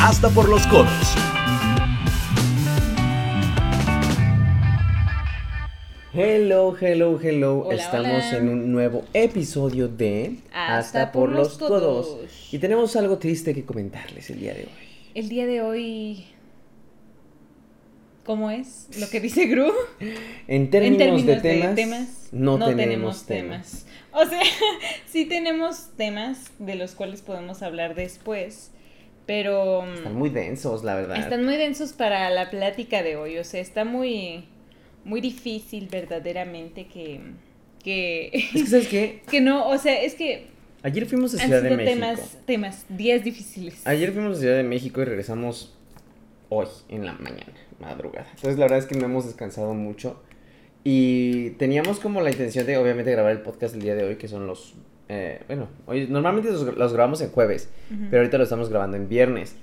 hasta por los codos. Hello, hello, hello. Hola, Estamos hola. en un nuevo episodio de Hasta por los codos. codos. Y tenemos algo triste que comentarles el día de hoy. El día de hoy. ¿Cómo es lo que dice Gru? En términos, de, temas, no, tenemos, tenemos temas. O sea, sí tenemos temas de los cuales podemos hablar después, pero mm, Están muy densos, la verdad. están muy densos para la plática de hoy. O sea, está muy, muy difícil verdaderamente que, que, Es que, ¿sabes qué? que no, o sea, es que Ayer fuimos a han Ciudad de sido México. temas, temas, días difíciles. Ayer fuimos a Ciudad de México y regresamos hoy, en la mañana, madrugada. Entonces, la verdad es que no hemos descansado mucho. Y teníamos como la intención de, obviamente, grabar el podcast el día de hoy, que son los. eh, bueno, hoy normalmente los, los grabamos en jueves, Ujú. pero ahorita lo estamos grabando en viernes.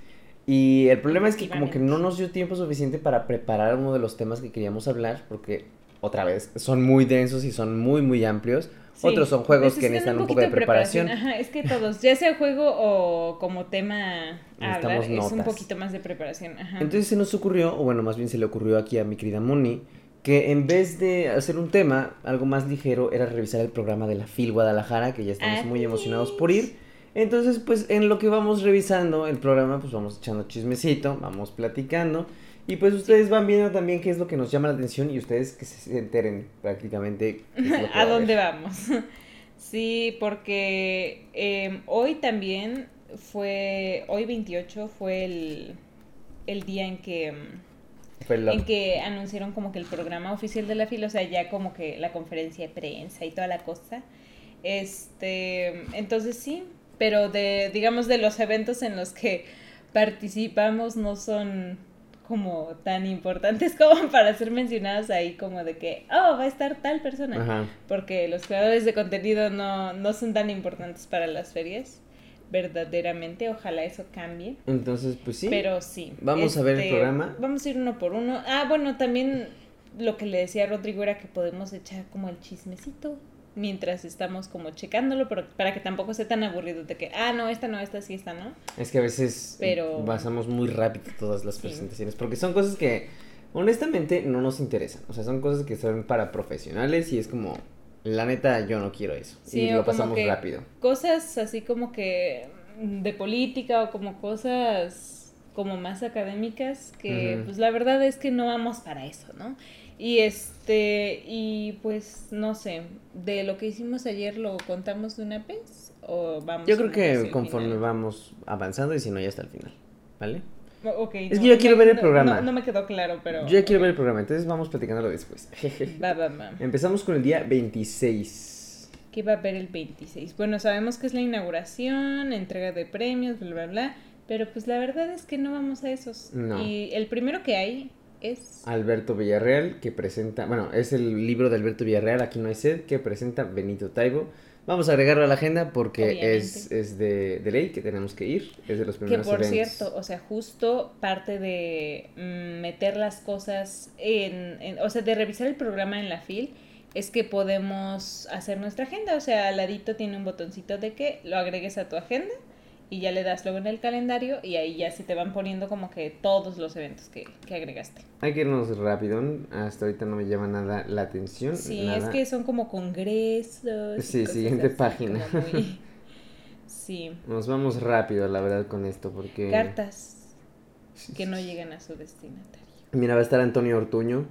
Y el problema es que, como que Efectivamente. no nos dio tiempo suficiente para preparar uno de los temas que queríamos hablar, porque, otra vez, son muy densos y son muy, muy amplios. Pues, Sí, Otros son juegos Pues que necesitan necesitan un poco de poquito preparación. Ajá, es que todos, ya sea juego o como tema a hablar, Necesitamos es un notas. poquito más de preparación. Ajá. Entonces se nos ocurrió, o bueno, más bien se le ocurrió aquí a mi querida Moni, que en vez de hacer un tema, algo más ligero era revisar el programa de la FIL Guadalajara, que ya estamos muy Así emocionados es. por ir. Entonces, pues en lo que vamos revisando el programa, pues vamos echando chismecito, vamos platicando. Y pues ustedes van viendo también qué es lo que nos llama la atención y ustedes que se enteren prácticamente. qué es lo que va ¿A dónde haber. vamos? sí, porque eh, hoy también fue, hoy 28 fue el, el día en que... mm, Fue la- En que anunciaron como que el programa oficial de la fila, o sea, ya como que la conferencia de prensa y toda la cosa. Este, entonces sí, pero de, digamos, de los eventos en los que participamos no son como tan importantes como para ser mencionados ahí como de que, oh, va a estar tal persona. Ajá. Porque los creadores de contenido no, no son tan importantes para las ferias, verdaderamente. Ojalá eso cambie. Entonces, pues sí. Pero sí. este, Vamos a ver el programa. Vamos a ir uno por uno. Ah, bueno, también lo que le decía a Rodrigo era que podemos echar como el chismecito mientras estamos como checándolo, pero para que tampoco sea tan aburrido de que, ah, no, esta no, esta sí, esta no. Es que a veces Pero- basamos muy rápido todas las Sí. presentaciones, porque son cosas que honestamente no nos interesan. O sea, son cosas que son para profesionales y es como, la neta, yo no quiero eso. Sí, y o lo como pasamos que- rápido. Cosas así como que mm, de política o como cosas como más académicas que Ujú. pues la verdad es que no vamos para eso, ¿no? Y este, y pues no sé, de lo que hicimos ayer lo contamos de una vez o vamos Yo a creo una versión que final? conforme vamos avanzando y si no, ya hasta el final. ¿Vale? Ok, Es que yo quiero ver el programa. No, no me quedó claro, pero. Yo ya quiero ver el programa, entonces vamos platicándolo después. Va, va, va. Empezamos con el día 26. ¿Qué va a haber el 26? Bueno, sabemos que es la inauguración, entrega de premios, bla, bla, bla. Pero pues la verdad es que no vamos a esos. No. Y el primero que hay es. Alberto Villarreal, que presenta, bueno, es el libro de Alberto Villarreal, Aquí no hay sed, que presenta Benito Taibo. Vamos a agregarlo a la agenda porque Obviamente. es, es de, de ley que tenemos que ir, es de los Que primeros por eventos. cierto, o sea, justo parte de mm, meter las cosas en, en- O sea, de revisar el programa en la FIL es que podemos hacer nuestra agenda. O sea, al ladito tiene un botoncito de que lo agregues a tu agenda y ya le das luego en el calendario y ahí ya se te van poniendo como que todos los eventos que, que agregaste. Hay que irnos rápido, hasta ahorita no me llama nada la atención. Sí, nada. es que son como congresos. y Sí, cosas siguiente página. como muy- Sí, Nos vamos rápido, la verdad, con esto porque... cartas que no llegan a su destinatario. Mira, va a estar Antonio Ortuño,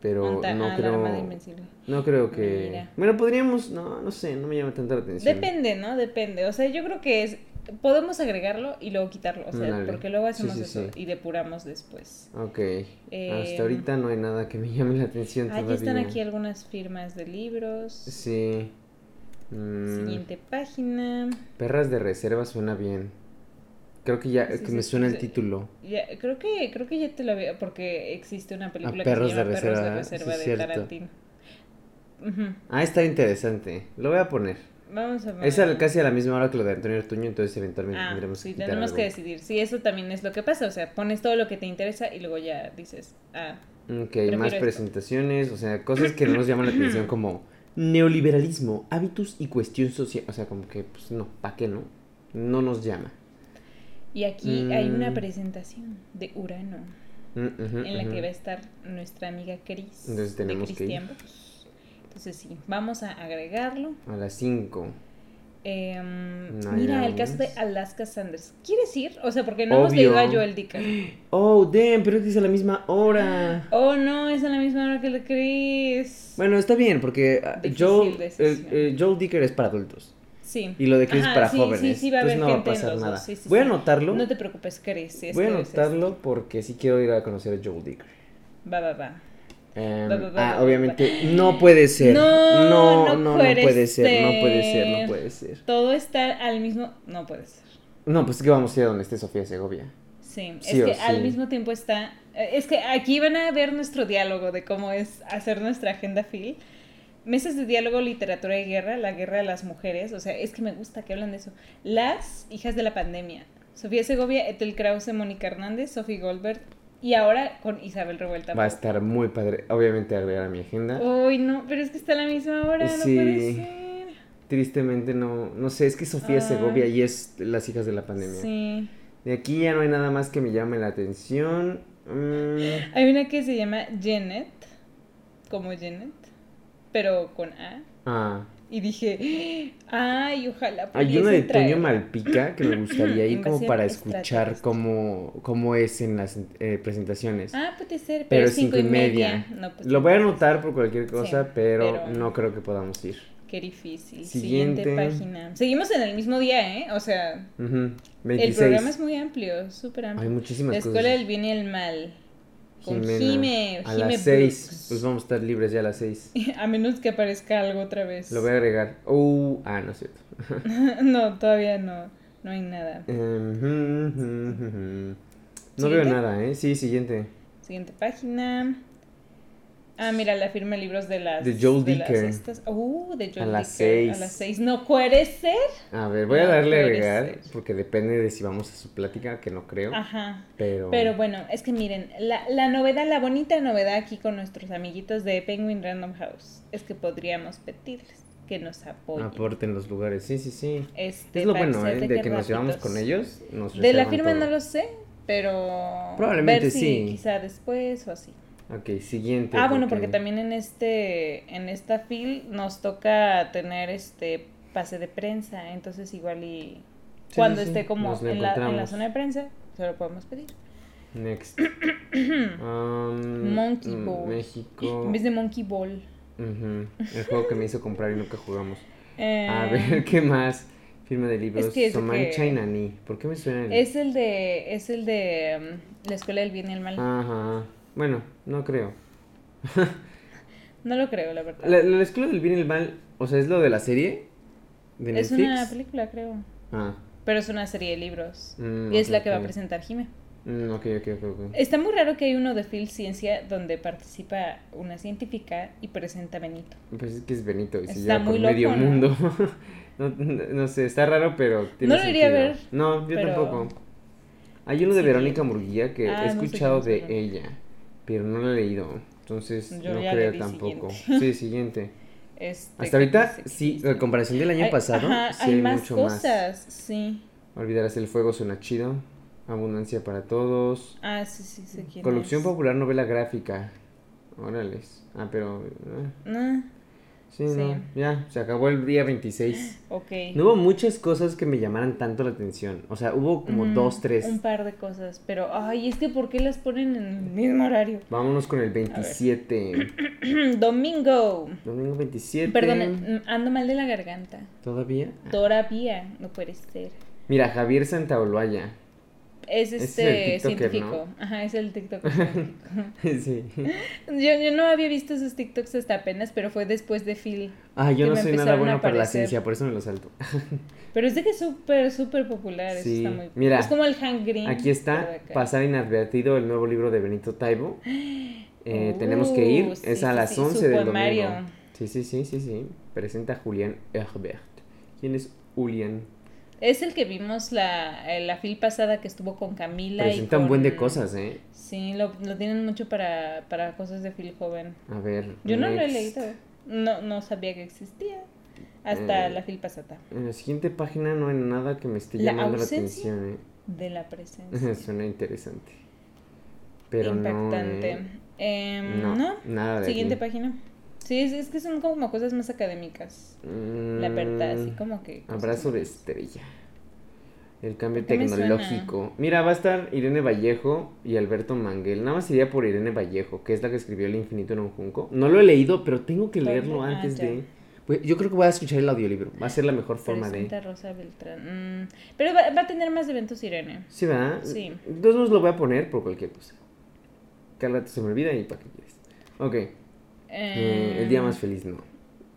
pero Anta- no ah, la creo... Armada Invencible. No creo que... Mira. Bueno, podríamos... No, no sé, no me llama tanto la atención. Depende, ¿no? Depende. O sea, yo creo que es. Podemos agregarlo y luego quitarlo. O sea, Ándale. porque luego Sí, hacemos sí, eso sí. y depuramos después. Ok. Eh, Hasta ahorita no hay nada que me llame la atención Allí Ah, están todavía. aquí algunas firmas de libros. Sí. Mm, Siguiente página. Perras de reserva suena bien. Creo que ya Sí, que sí, me sí, suena el sí. título. Ya, creo que creo que ya te lo había porque existe una película que se Perros de llama Perros de Reserva, sí, Reserva es de cierto. Tarantino. Ujú. Ah, está interesante. Lo voy a poner. Vamos a ver. Es al- casi a la misma hora que lo de Antonio Ortuño, entonces eventualmente Ah, tendremos sí, que quitar tenemos algo. que decidir. Sí, eso también es lo que pasa. O sea, pones todo lo que te interesa y luego ya dices, ah, Ok, Prefiero más esto. presentaciones, o sea, cosas que no nos llaman la atención como neoliberalismo, hábitos y cuestión social. O sea, como que, pues no, ¿para qué no? No nos llama. Y aquí Mm. hay una presentación de Urano Mm, ujú, en la ujú. que va a estar nuestra amiga Cris. Entonces tenemos que de ir. Cristian Voss. Entonces sí, vamos a agregarlo. A las 5. Em, No hay mira, nada el caso de más. Alaska Sanders. ¿Quieres ir? O sea, porque no hemos Obvio. leído a Joel Dicker. Oh, damn, pero es a la misma hora. Oh, no, es a la misma hora que el Chris. Bueno, está bien, porque ah, Difícil Joel, decisión. eh, eh, Joel Dicker es para adultos. sí. Y lo de Chris Ajá, para sí, jóvenes. Sí, sí, va a haber entonces no va a gente en pasar los nada. dos, sí, sí, Voy a sí. anotarlo. No te preocupes, Chris. sí, voy a esto es anotarlo porque sí quiero ir a conocer a Joel Dicker. esto. Va, va, va. Em, Va, va, va, ah, va, va, obviamente no puede ser. No, no, no no, no puede puede ser, no puede ser, ser. no puede ser. Todo está al mismo. No puede ser. No, pues es que vamos a ir a donde esté Sofía Segovia. Sí, es Sí o que al sí. mismo tiempo está. eh, Es que aquí van a ver nuestro diálogo de cómo es hacer nuestra agenda Phil. Meses de diálogo, literatura y guerra, la guerra de las mujeres. O sea, es que me gusta que hablan de eso. Las hijas de la pandemia. Sofía Segovia, Ethel Krause, Mónica Hernández, Sofía Goldberg. Y ahora con Isabel Revuelta. Va a estar muy padre. Obviamente agregar a mi agenda. Uy, no, pero es que está a la misma hora, Sí. no puede ser. Tristemente no, no sé, es que Sofía Ay. Segovia y es las hijas de la pandemia. Ah. Sí. De aquí ya no hay nada más que me llame la atención. Mm, Hay una que se llama Janet, como Janet, pero con A. ah, Y dije, ay, ojalá hay una de Toño pudiesen traerla". Malpica que me gustaría ir como Invasión para escuchar extraterrestre. cómo, cómo es en las eh, presentaciones. Ah, puede ser, Pero pero es cinco, y media. No, pues, Lo voy a anotar por cualquier cosa, pero, pero- no creo que podamos ir. Qué difícil. Siguiente. Siguiente. página. Seguimos en el mismo día, ¿eh? O sea, Ujú, el programa es 26. muy amplio, súper Hay amplio. muchísimas La cosas. escuela del bien y el mal. Con Jime, Jimena. A Jime las 6. Brooks. Pues vamos a estar libres ya a las 6. A menos que aparezca algo otra vez. Lo voy a agregar. Uh, ah, no es cierto. no, todavía no. No hay nada. Em, No veo ¿Siguiente? nada, ¿eh? Sí, siguiente. Siguiente página. Ah, mira, la firma de libros de las. De Joel de las Dicker. estas. Uh, de Joel A las Dicker, seis. A las seis. No puede ser. A ver, voy a No darle a puede agregar, ser. porque depende de si vamos a su plática, que no creo. Ajá. Pero, Ah, Pero bueno, es que miren, la, la novedad, la bonita novedad aquí con nuestros amiguitos de Penguin Random House es que podríamos pedirles que nos apoyen. aporten los lugares. Sí, sí, sí. Este, Ah, Es lo para bueno, ser ¿eh? De que nos ratitos. llevamos con ellos. Nos De la reservan firma todo. no lo sé, pero. Probablemente ver si sí. Quizá después o así. Ok, siguiente. Ah, bueno, porque también en este, en esta fil nos toca tener este pase de prensa, entonces igual y Sí, cuando sí, sí, esté como nos lo en la, en la encontramos. zona de prensa, se lo podemos pedir. Next. Um, Monkey mm, Ball. México. En vez de Monkey Ball. Ujú, El juego que me hizo comprar y nunca jugamos. Eh, A ver, ¿qué más? Firma de libros. es que es de Somancha que- y Nani. ¿Por qué me suena el... Es el de, es el de mm, la escuela del bien y el mal. Ah. Ajá. Bueno, no creo. No lo creo, la verdad. La, la escuela del bien y el mal, o sea, es lo de la serie de es Netflix. una película, creo. Ah. Pero es una serie de libros. mm, y es ok, la que va a ok. presentar Jime. Mm, ok, ok, ok. ok. Está muy raro que hay uno de Phil Ciencia donde participa una científica y presenta a Benito. Pues es que es Benito y se Está lleva con muy loco, medio ¿no? mundo. No, no- no sé, está raro, pero tiene No lo iría a sentido. ver, No, yo pero- tampoco. Hay uno de Sí. Verónica Murguía que he Ah, no sé quién escuchado es, de pero- ella, pero no lo he leído. Entonces, Yo no ya le creo di tampoco. Sí, siguiente. Este, Hasta ¿qué ahorita, dice? ¿Qué sí, dice? en comparación del año Hay- pasado, ajá, sí hay, mucho más. sí. Olvidarás el fuego, suena chido. Abundancia para todos. Ah, sí, sí, sé quién Colección es. popular, novela gráfica. Órales. Ah, pero. ah, Ah, sí, Sí. no. Ya, se acabó el día 26. ok. No hubo muchas cosas que me llamaran tanto la atención. O sea, hubo como Ujú, dos, tres. Mm, Un par de cosas, pero, ay, es que ¿por qué las ponen en el mismo horario? Vámonos con el 27. Domingo. Domingo 27. Perdón, mm, ando mal de la garganta. ¿Todavía? Todavía no puede ser. Mira, Javier Santaolalla. Es Ese es este el TikToker, científico. Ajá, es el TikTok. científico. sí. yo, yo no había visto sus TikToks hasta apenas, pero fue después de Phil. Ah, yo no Que me soy nada empezaron a bueno para la aparecer. ciencia, por eso me lo salto. Pero es de que es súper, súper popular. eso Sí, está muy- mira, es como el Hank Green. Aquí pero de está acá. Pasar Inadvertido, el nuevo libro de Benito Taibo. Eh, tenemos que Uh, ir, sí, es a sí, las sí, 11 del domingo. Super Mario. Sí, sí, sí, sí, sí. Presenta Julián Herbert. ¿Quién es Julián? Es el que vimos la, eh, la fil pasada que estuvo con Camila. y Presenta un con- buen de cosas, ¿eh? Sí, lo, lo tienen mucho para, para cosas de fil joven. A ver. Yo no lo he next. leído. No, no sabía que existía. Hasta Eh, la fil pasada. En la siguiente página no hay nada que me esté ¿La llamando la ausencia? atención, ¿eh? de la presencia. Suena interesante. Pero Impactante. no. eh, Em, No, ¿no? nada de Siguiente aquí. página. Sí, es, es que son como cosas más académicas. La verdad, así Mm, como que. cosas Abrazo de más- estrella. El cambio ¿Por qué me tecnológico. Mira, va a estar Irene Vallejo y Alberto Manguel. Nada más iría por Irene Vallejo, que es la que escribió El infinito en un junco. No lo he leído, pero tengo que ¿Dónde? leerlo Ah, antes ya. de... Pues, yo creo que voy a escuchar el audiolibro. Va a ser la mejor forma Presenta de... a Rosa Beltrán. Mm, pero va, va a tener más eventos Irene. Sí, ¿verdad? Sí. Entonces nos lo voy a poner por cualquier cosa. Carla, se me olvida y para qué quieres. Ok. eh, el día más feliz, no.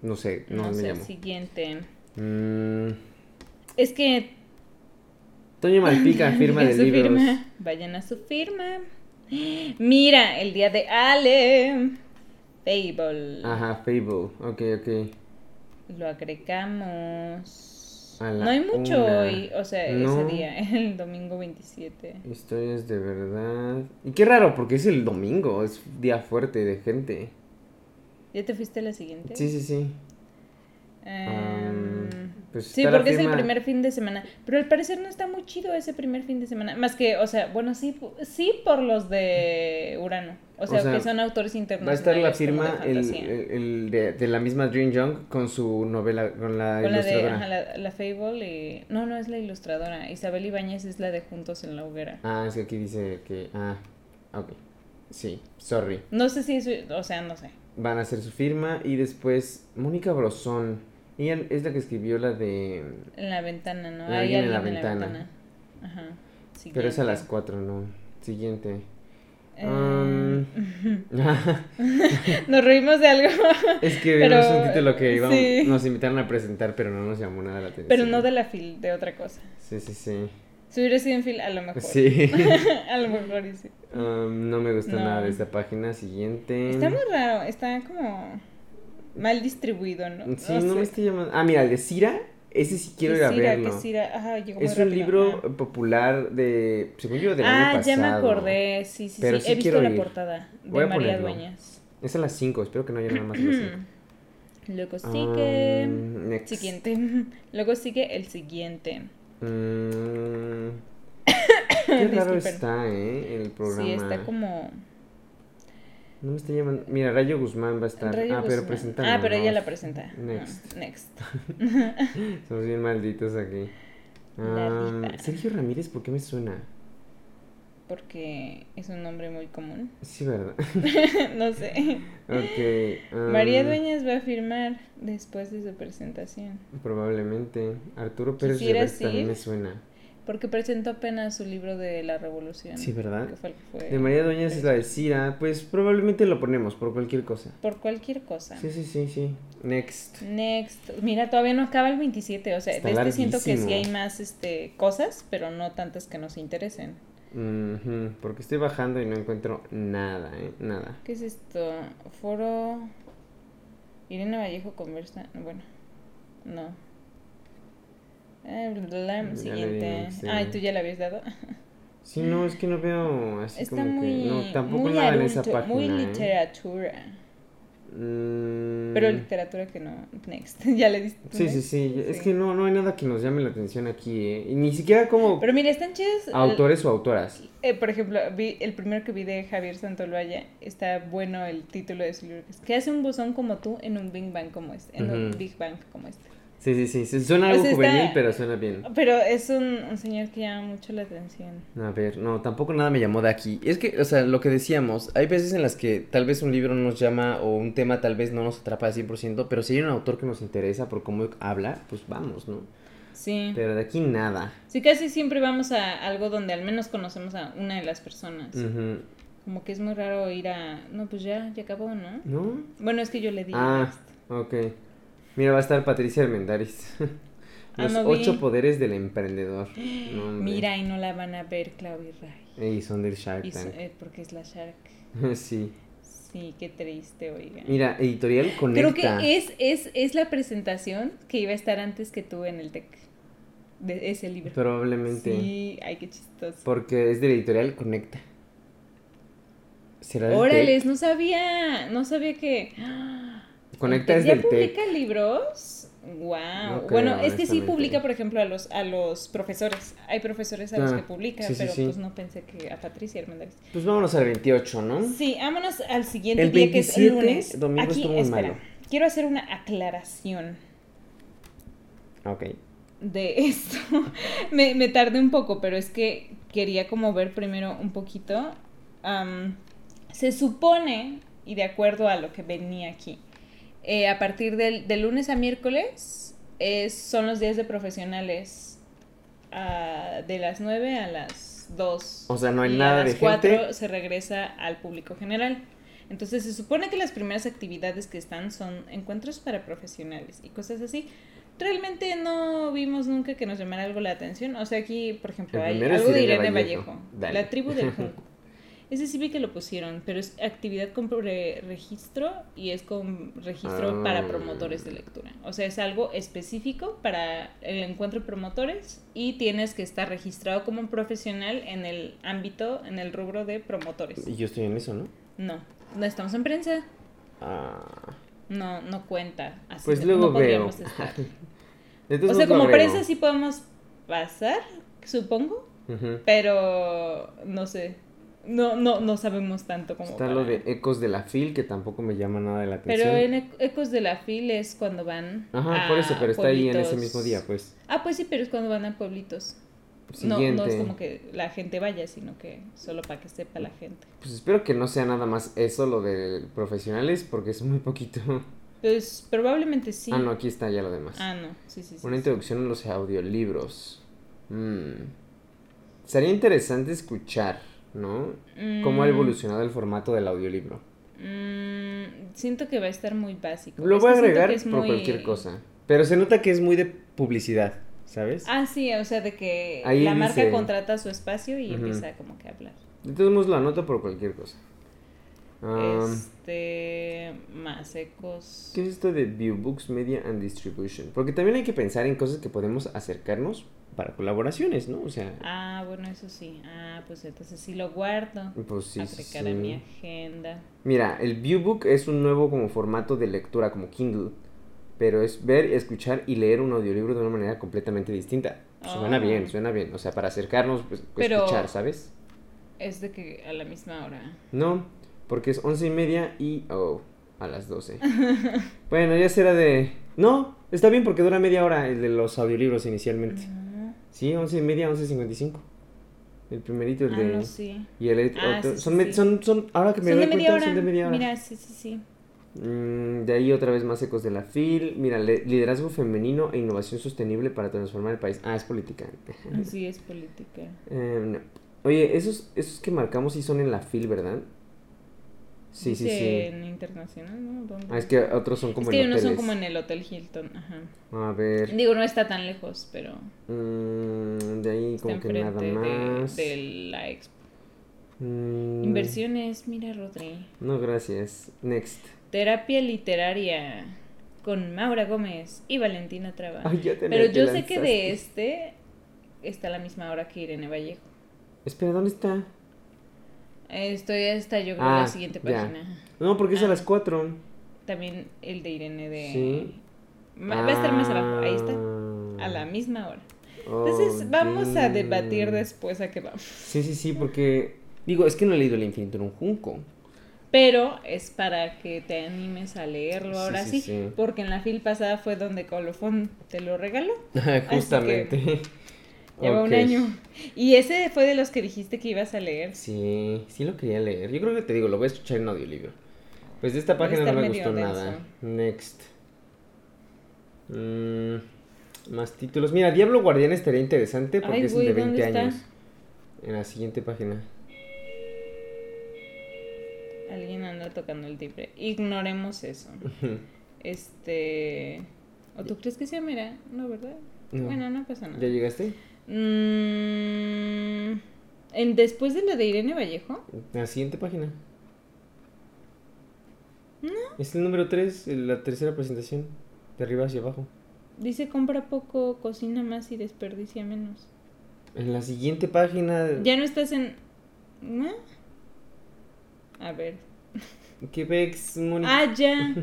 No sé, no, Eh, Em, No, me sé, llamo. siguiente. Mm, Es que. Toño Malpica, firma de su libros. firma. Vayan a su firma. Mira, el día de Ale. Fable. Ajá, Fable. Ok, ok. Lo agregamos. A la No hay mucho una. hoy, o sea, No. ese día, el domingo 27. Historias de verdad. Y qué raro, porque es el domingo, es día fuerte de gente. ¿Ya te fuiste a la siguiente? Sí, sí, sí. Em, Am, pues sí, está la porque es el firma. primer fin de semana. Pero al parecer no está muy chido ese primer fin de semana. Más que, o sea, bueno, sí, po- sí por los de Urano. O sea, sea, que son autores Va a internacionales. estar la como este de firma el, eh, fantasía. el- el de, de la misma Dream Young con su novela, con la Con la de ilustradora. ajá, la, la Fable y... No, no es la ilustradora. Isabel Ibáñez es la de Juntos en la Hoguera. Ah, es que aquí dice que. Ah, ok. Sí, sorry. No sé si es... O sea, no sé. Van a hacer su firma y después Mónica Brosón. Ella es la que escribió la de. En la ventana, ¿no? Alguien Hay en la alguien en la ventana. ventana. Ajá. Siguiente. Pero es a las 4, ¿no? Siguiente. Eh, Um, Nos reímos de algo, Es que Pero, vimos un título que íbamos- sí. nos invitaron a presentar, pero no nos llamó nada la atención. pero no de la fil, de otra cosa. Sí, sí, sí. Si hubiera sido en fil, a lo mejor. Sí. a lo mejor y sí. Um, no me gusta No. nada de esta página. Siguiente. Está muy raro, está como mal distribuido, ¿no? Sí, no, me está llamando. Ah, mira, el de Cira. Ese sí quiero ir a Quisira, verlo. quisira, ajá, llegó muy Es un rápido, libro ajá. popular de. Según yo, del Ah, año ya pasado. me acordé, sí, sí, Pero sí. sí He visto quiero la ir. portada de Voy a María ponerlo. Dueñas. Es a las 5. Espero que no haya nada más. a las cinco. Luego sigue. Um, next. Pues Siguiente. Luego sigue el siguiente. Mm, Qué raro Disculpen. está, ¿eh? El programa. Sí, está como. No me está llamando. Mira, Rayo Guzmán va a estar. Radio ah, pero Guzmán. presenta. Ah, pero ella la presenta. Ah, Next. next. Somos bien malditos aquí. La Am, diva. Sergio Ramírez, ¿por qué me suena? Porque es un nombre muy común. Sí, ¿verdad? no sé. ok. ah, am, María Dueñas va a firmar después de su presentación. Probablemente. Arturo Pérez ¿Quisieras Reverte también ir? me suena. Porque presentó apenas su libro de la revolución. Sí, ¿verdad? Que fue el que fue- De María Dueñas es la de Cira. Pues probablemente lo ponemos por cualquier cosa. Por cualquier cosa. Sí, sí, sí, sí. Next. Next. Mira, todavía no acaba el 27. O sea, Está de este siento que sí larguísimo. hay más este, cosas, pero no tantas que nos interesen. Ujú, Porque estoy bajando y no encuentro nada, ¿eh? Nada. ¿Qué es esto? Foro. Irene Vallejo conversa. Bueno, no. Eh, bla, Ya bla, le siguiente. dimos, sí. Ay, tú ya le habías dado. Sí, no, es que no veo así Está como muy. que. No, tampoco muy nada en adulto, esa página. muy ¿eh? literatura. Mm, Pero literatura que no. Next. ya le diste. Sí, sí, next? sí. Es Sí. que no, no hay nada que nos llame la atención aquí, ¿eh? Y ni siquiera como Pero mira, están chidos. autores o autoras. Eh, por ejemplo, vi el primero que vi de Javier Santolaya, está bueno el título de su libro, que es ¿Qué hace un buzón como tú en un Big Bang como este? En un Ujú. Big Bang como este. Sí, sí, sí. sí, Suena algo O sea, Pues está- juvenil, pero suena bien. Pero es un, un señor que llama mucho la atención. A ver, no, tampoco nada me llamó de aquí. Es que, o sea, lo que decíamos, hay veces en las que tal vez un libro nos llama o un tema tal vez no nos atrapa al 100%, pero si hay un autor que nos interesa por cómo habla, pues vamos, ¿no? Sí. Pero de aquí nada. Sí, casi siempre vamos a algo donde al menos conocemos a una de las personas. Ujú. Como que es muy raro ir a... No, pues ya, ya acabó, ¿no? ¿No? Bueno, es que yo le di. Mm. Ah, next. ok. Mira, va a estar Patricia Armendáriz. Ah, Los no vi. ocho poderes del emprendedor. No, hombre. Mira, y no la van a ver Claudia y Ray. Y son del Shark Y so- Tank. eh, porque es la Shark. sí. Sí, qué triste, oiga. Mira, editorial Conecta. Creo que es, es, es la presentación que iba a estar antes que tú en el TEC. De ese libro. Probablemente. Sí, ay, qué chistoso. Porque es de la editorial Conecta. ¿Será del Órales, Tec? no sabía, no sabía que... ¡Ah! Conecta ¿El es Tec del ¿Ya TEC. publica libros? Wow. No creo, bueno, es que sí honestamente. publica, por ejemplo, a los, a los profesores. Hay profesores a los Ah, que publica, sí, sí, pero sí. pues no pensé que a Patricia Hernández. Pues vámonos al 28, ¿no? Sí, vámonos al siguiente Ah. El día que es el 27, lunes. domingo Aquí, estuvo muy espera. malo. Quiero hacer una aclaración Ok. de esto. me, me tardé un poco, pero es que quería como ver primero un poquito. Am, se supone, y de acuerdo a lo que venía aquí, eh, a partir del, de lunes a miércoles es- son los días de profesionales ah, de las 9 a las 2. O sea, no hay y nada a las de 4 gente. se regresa al público general. Entonces se supone que las primeras actividades que están son encuentros para profesionales y cosas así. Realmente no vimos nunca que nos llamara algo la atención. O sea, aquí, por ejemplo, El hay primero es algo de Irene Irene Vallejo. Vallejo, Dale. la tribu del junco. Ese sí vi que lo pusieron, pero es actividad con pre- registro y es con registro Ah. para promotores de lectura. O sea, es algo específico para el encuentro de promotores y tienes que estar registrado como un profesional en el ámbito, en el rubro de promotores. Y yo estoy en eso, ¿no? No, no estamos en prensa. Ah. No, no cuenta. Así Pues no- luego no veo. podríamos estar. De todos O sea, modos lo como agrego. prensa sí podemos pasar, supongo, Ujú. pero no sé. No, no, no sabemos tanto como. Está lo para- de Ecos de la Fil, que tampoco me llama nada de la atención. Pero en Ec- Ecos de la Fil es cuando van. Ajá, a por eso, pero está ahí en ese pueblitos. mismo día, pues. Ah, pues sí, pero es cuando van a pueblitos. No, Siguiente. no es como que la gente vaya, sino que solo para que sepa la gente. Pues espero que no sea nada más eso lo de profesionales, porque es muy poquito. Pues probablemente sí. Ah, no, aquí está ya lo demás. Ah, no. Sí, sí, sí. Una introducción a los audiolibros. Mm. Sería interesante escuchar, ¿no? Cómo ha Mm. evolucionado el formato del audiolibro. Mm, siento que va a estar muy básico. Lo Es voy a que siento agregar que es por muy- cualquier cosa. Pero se nota que es muy de publicidad, ¿sabes? Ah, sí, o sea, de que Ahí la dice- marca contrata su espacio y Ujú. empieza como que a hablar. De todos modos lo anoto por cualquier cosa. Ah, Este, más ecos. ¿Qué es esto de Viewbooks Media and Distribution? Porque también hay que pensar en cosas que podemos acercarnos para colaboraciones, ¿no? O sea, Ah, bueno, eso sí. Ah, pues entonces sí lo guardo. pues sí. sí, Agregar a mi sí. agenda. Mira, el Viewbook es un nuevo como formato de lectura, como Kindle. Pero es ver, escuchar y leer un audiolibro de una manera completamente distinta. Suena Oh. bien, suena bien. O sea, para acercarnos, pues, Pero- escuchar, ¿sabes? Es de que a la misma hora. No, porque es once y media y... Oh, a las 12. bueno, ya será de... No, está bien porque dura media hora el de los audiolibros inicialmente. No. Sí, once y media, once cincuenta y cinco. El primerito, el Ah, de... no, sí. Y el et- Ah, otro- sí, sí, son, me- sí. son, son- ahora que me Son de doy media cuenta, hora. son de media hora. Mira, sí, sí, sí. Mm, de ahí otra vez más ecos de la FIL. Mira, le- liderazgo femenino e innovación sostenible para transformar el país. Ah, es política. Sí, es política. Eh, no. Oye, esos, esos que marcamos sí son en la FIL, ¿verdad? Sí, sí, Dice sí. En internacional, ¿no? ¿Dónde? Ah, es que otros son como Es que en unos hoteles. son como en el Hotel Hilton, ajá. A ver. Digo, no está tan lejos, pero mm, de ahí está como que nada enfrente de, más. de la expo. Mm, Inversiones, mira, Rodri. No, gracias. Next. Terapia literaria con Maura Gómez y Valentina Traba. Ay, ya tenía Ah. pero yo sé que lanzaste. de este está a la misma hora que Irene Vallejo. Espera, ¿dónde está? Estoy hasta, yo creo, Ah, la siguiente ya. página. No, porque es a Ah. las 4. También el de Irene de... Sí. Ah. Ma- Va a estar más abajo, ahí está. A la misma hora. Entonces, vamos a debatir después después a qué vamos. Sí, sí, sí, porque. Digo, es que no he leído El infinito en un junco. Pero es para que te animes a leerlo Sí, ahora sí, sí, sí. porque en la fil pasada fue donde Colofón te lo regaló. Justamente. Lleva Ok. un año. Y ese fue de los que dijiste que ibas a leer. Sí, sí lo quería leer. Yo creo que te digo, lo voy a escuchar en audiolibro. Pues de esta Va a página no estar me medio gustó denso. nada. Next. Mm, más títulos. Mira, Diablo Guardián estaría interesante porque Ay, es güey, el de ¿dónde 20 está? años. En la siguiente página. Alguien anda tocando el timbre. Ignoremos eso. Este. ¿O tú crees que sea mira? No, ¿verdad? No. Bueno, no pasa nada. ¿Ya llegaste? Mm, en, después de la de Irene Vallejo, La siguiente página. Es el número 3, la tercera presentación. De arriba hacia abajo. dice compra poco, cocina más y desperdicia menos. En la siguiente página. Ya no estás en. ¿no? A ver. Quebec Moni- Ah, ya.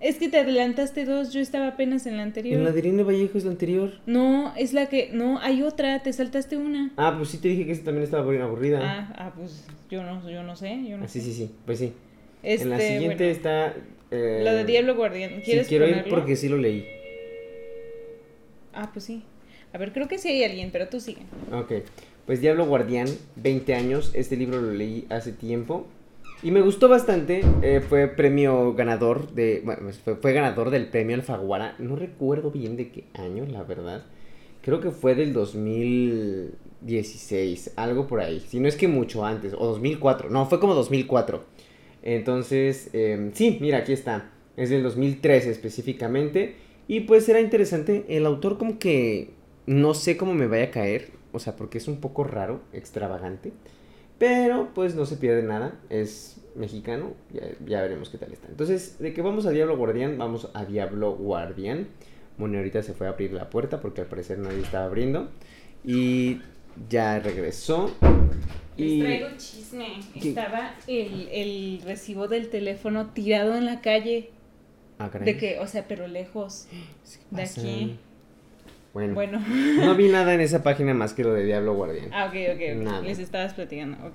Es que te adelantaste dos, yo estaba apenas en la anterior. En la de Irene Vallejo es la anterior. No, es la que. No, hay otra, te saltaste una. Ah, pues sí te dije que esa también estaba bien aburrida. Ah, ah, pues yo no, yo no sé. Yo no Ah, sí, sé. sí, sí. Pues sí. Este, en la siguiente bueno, está. eh, La de Diablo Guardián. Sí, ¿Quieres quiero ir ponerlo? porque sí lo leí. Ah, pues sí. A ver, creo que sí hay alguien, pero tú sigue. Ok. Pues Diablo Guardián, 20 años. Este libro lo leí hace tiempo. Y me gustó bastante. eh, fue premio ganador de. Bueno, pues, fue, fue ganador del premio Alfaguara. No recuerdo bien de qué año, la verdad. Creo que fue del 2016, algo por ahí. Si no es que mucho antes, o 2004. No, fue como 2004. Entonces, eh, sí, mira, aquí está. Es del 2013 específicamente. Y pues era interesante. El autor como que no sé cómo me vaya a caer. O sea, porque es un poco raro, extravagante. Pero pues no se pierde nada. Es mexicano. Ya, ya veremos qué tal está. Entonces, de que vamos a Diablo Guardián, vamos a Diablo Guardián. Moni ahorita se fue a abrir la puerta porque al parecer nadie estaba abriendo. Y ya regresó. Y... Les traigo chisme. ¿Qué? Estaba el, el recibo del teléfono tirado en la calle. Ah, caray. De que, o sea, pero lejos. ¿Qué de pasa? aquí. Bueno, Bueno. no vi nada en esa página más que lo de Diablo Guardián. Ah, ok, ok. ok. Nada. Les estabas platicando, ok.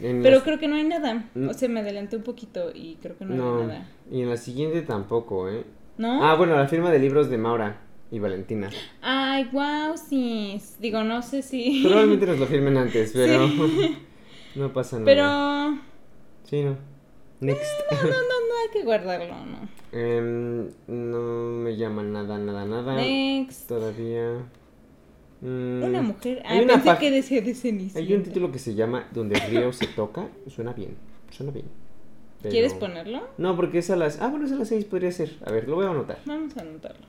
En Pero las- creo que no hay nada. Mm. O sea, me adelanté un poquito y creo que no, no, hay nada. y en la siguiente tampoco, ¿eh? ¿No? Ah, bueno, la firma de libros de Maura y Valentina. Ay, wow, sí. Digo, no sé si. Probablemente nos lo firmen antes, pero no pasa nada. Pero no, Sí, no. Next. hay que guardarlo, ¿no? Em, no me llama nada, nada, nada. Next. Todavía. Ah. Mm, Una mujer. Ah, hay una pensé pag- que decía de Hay un Cenicienta. título que se llama Donde el río se toca. Suena bien, suena bien. Pero- ¿Quieres ponerlo? No, porque es a las... Ah, bueno, es a las 6, podría ser. A ver, lo voy a anotar. Vamos a anotarlo.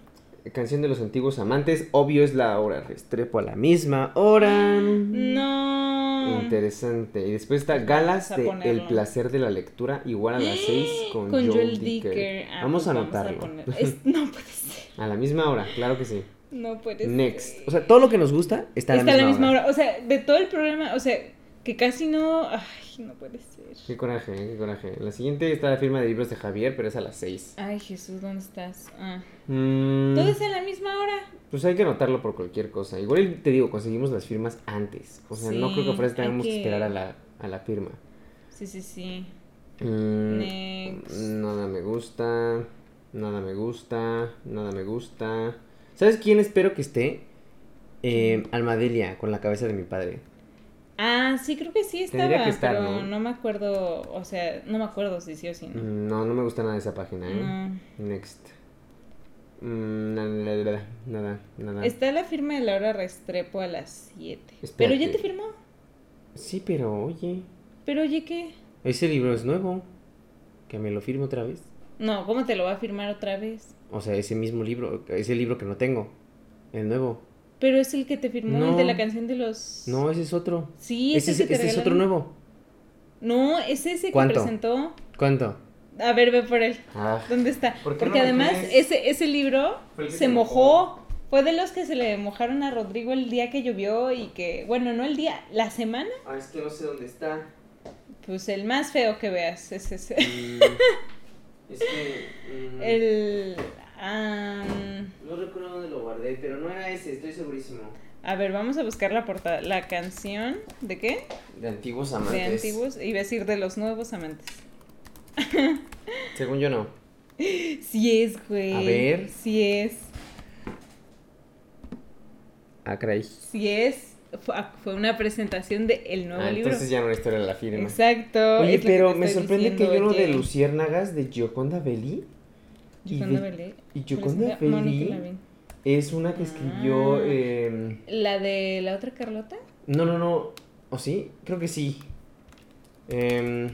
Canción de los antiguos amantes, obvio es la hora. Restrepo a la misma hora. Mm. No. Interesante. Y después está Vamos Galas a de El ponerlo. placer de la lectura, igual a las 6 con, Con Joel, Joel Dicker. Dicker. Ah, vamos a pues anotarlo. poner- es- no puede ser. a la misma hora, claro que sí. No puede ser. Next. O sea, todo lo que nos gusta está a la, Está misma, a la misma hora. hora. O sea, de todo el programa, o sea, que casi no. Ay, no puede ser. Qué coraje, eh, qué coraje. La siguiente está la firma de libros de Javier, pero es a las 6. Ay, Jesús, ¿dónde estás? Ah. Mm, Todo es a la misma hora. pues hay que anotarlo por cualquier cosa. Igual y te digo, conseguimos las firmas antes. O sea, no Sí, creo que fuera hay tengamos que que- esperar a la, a la firma. Sí, sí, sí. Mm, Next. Nada me gusta. Nada me gusta. Nada me gusta. ¿Sabes quién espero que esté? Eh, Almadelia, con la cabeza de mi padre. Ah, sí, creo que sí Tendría estaba, que estar, pero ¿no? ¿no? me acuerdo, o sea, no me acuerdo si sí o si no. Mm, No, no me gusta nada de esa página, ¿eh? No. Next. Mm, nada, nada, nada, nada. Está la firma de Laura Restrepo a las 7. Pero Espérate. ya te firmó. Sí, pero oye, Pero oye, ¿qué? ese libro es nuevo. Que me lo firme otra vez. No, ¿cómo te lo va a firmar otra vez? O sea, ese mismo libro, ese libro que no tengo. El nuevo. Pero es el que te firmó, No. el de la canción de los... No, ese es otro. Sí, es Ese, el es- que te ese es otro regalaron. nuevo. No, es ese que ¿Cuánto? presentó. ¿Cuánto? A ver, ve por él. Ah. ¿Dónde está? ¿Por qué Porque no lo además tienes? ese, ese libro Fue el que se se mojó. Fue de los que se le mojaron a Rodrigo el día que llovió y que, bueno, no el día, la semana. Ah, es que no sé dónde está. Pues el más feo que veas es ese. Mm, es que. mm, El... am, No recuerdo dónde lo guardé, pero no era ese, estoy segurísimo. a ver, vamos a buscar la portada. La canción de qué? De antiguos amantes. De antiguos. Iba a decir de los nuevos amantes. Según yo no. Sí es, güey. A ver. Sí es. Ah, caray. Sí es. Fue fue una presentación de el nuevo Ah, libro. entonces ya no es historia de la firma. Exacto. Oye, es lo que pero te me estoy sorprende que diciendo, yo no de oye. Luciérnagas de Gioconda Belli. Y Yoconda de- Belli. Y Gioconda Presenta- Mónica Belli Lavín. es una que escribió. Ah. eh, ¿La de la otra Carlota? No, no, no. ¿O sí? Creo que sí. Em,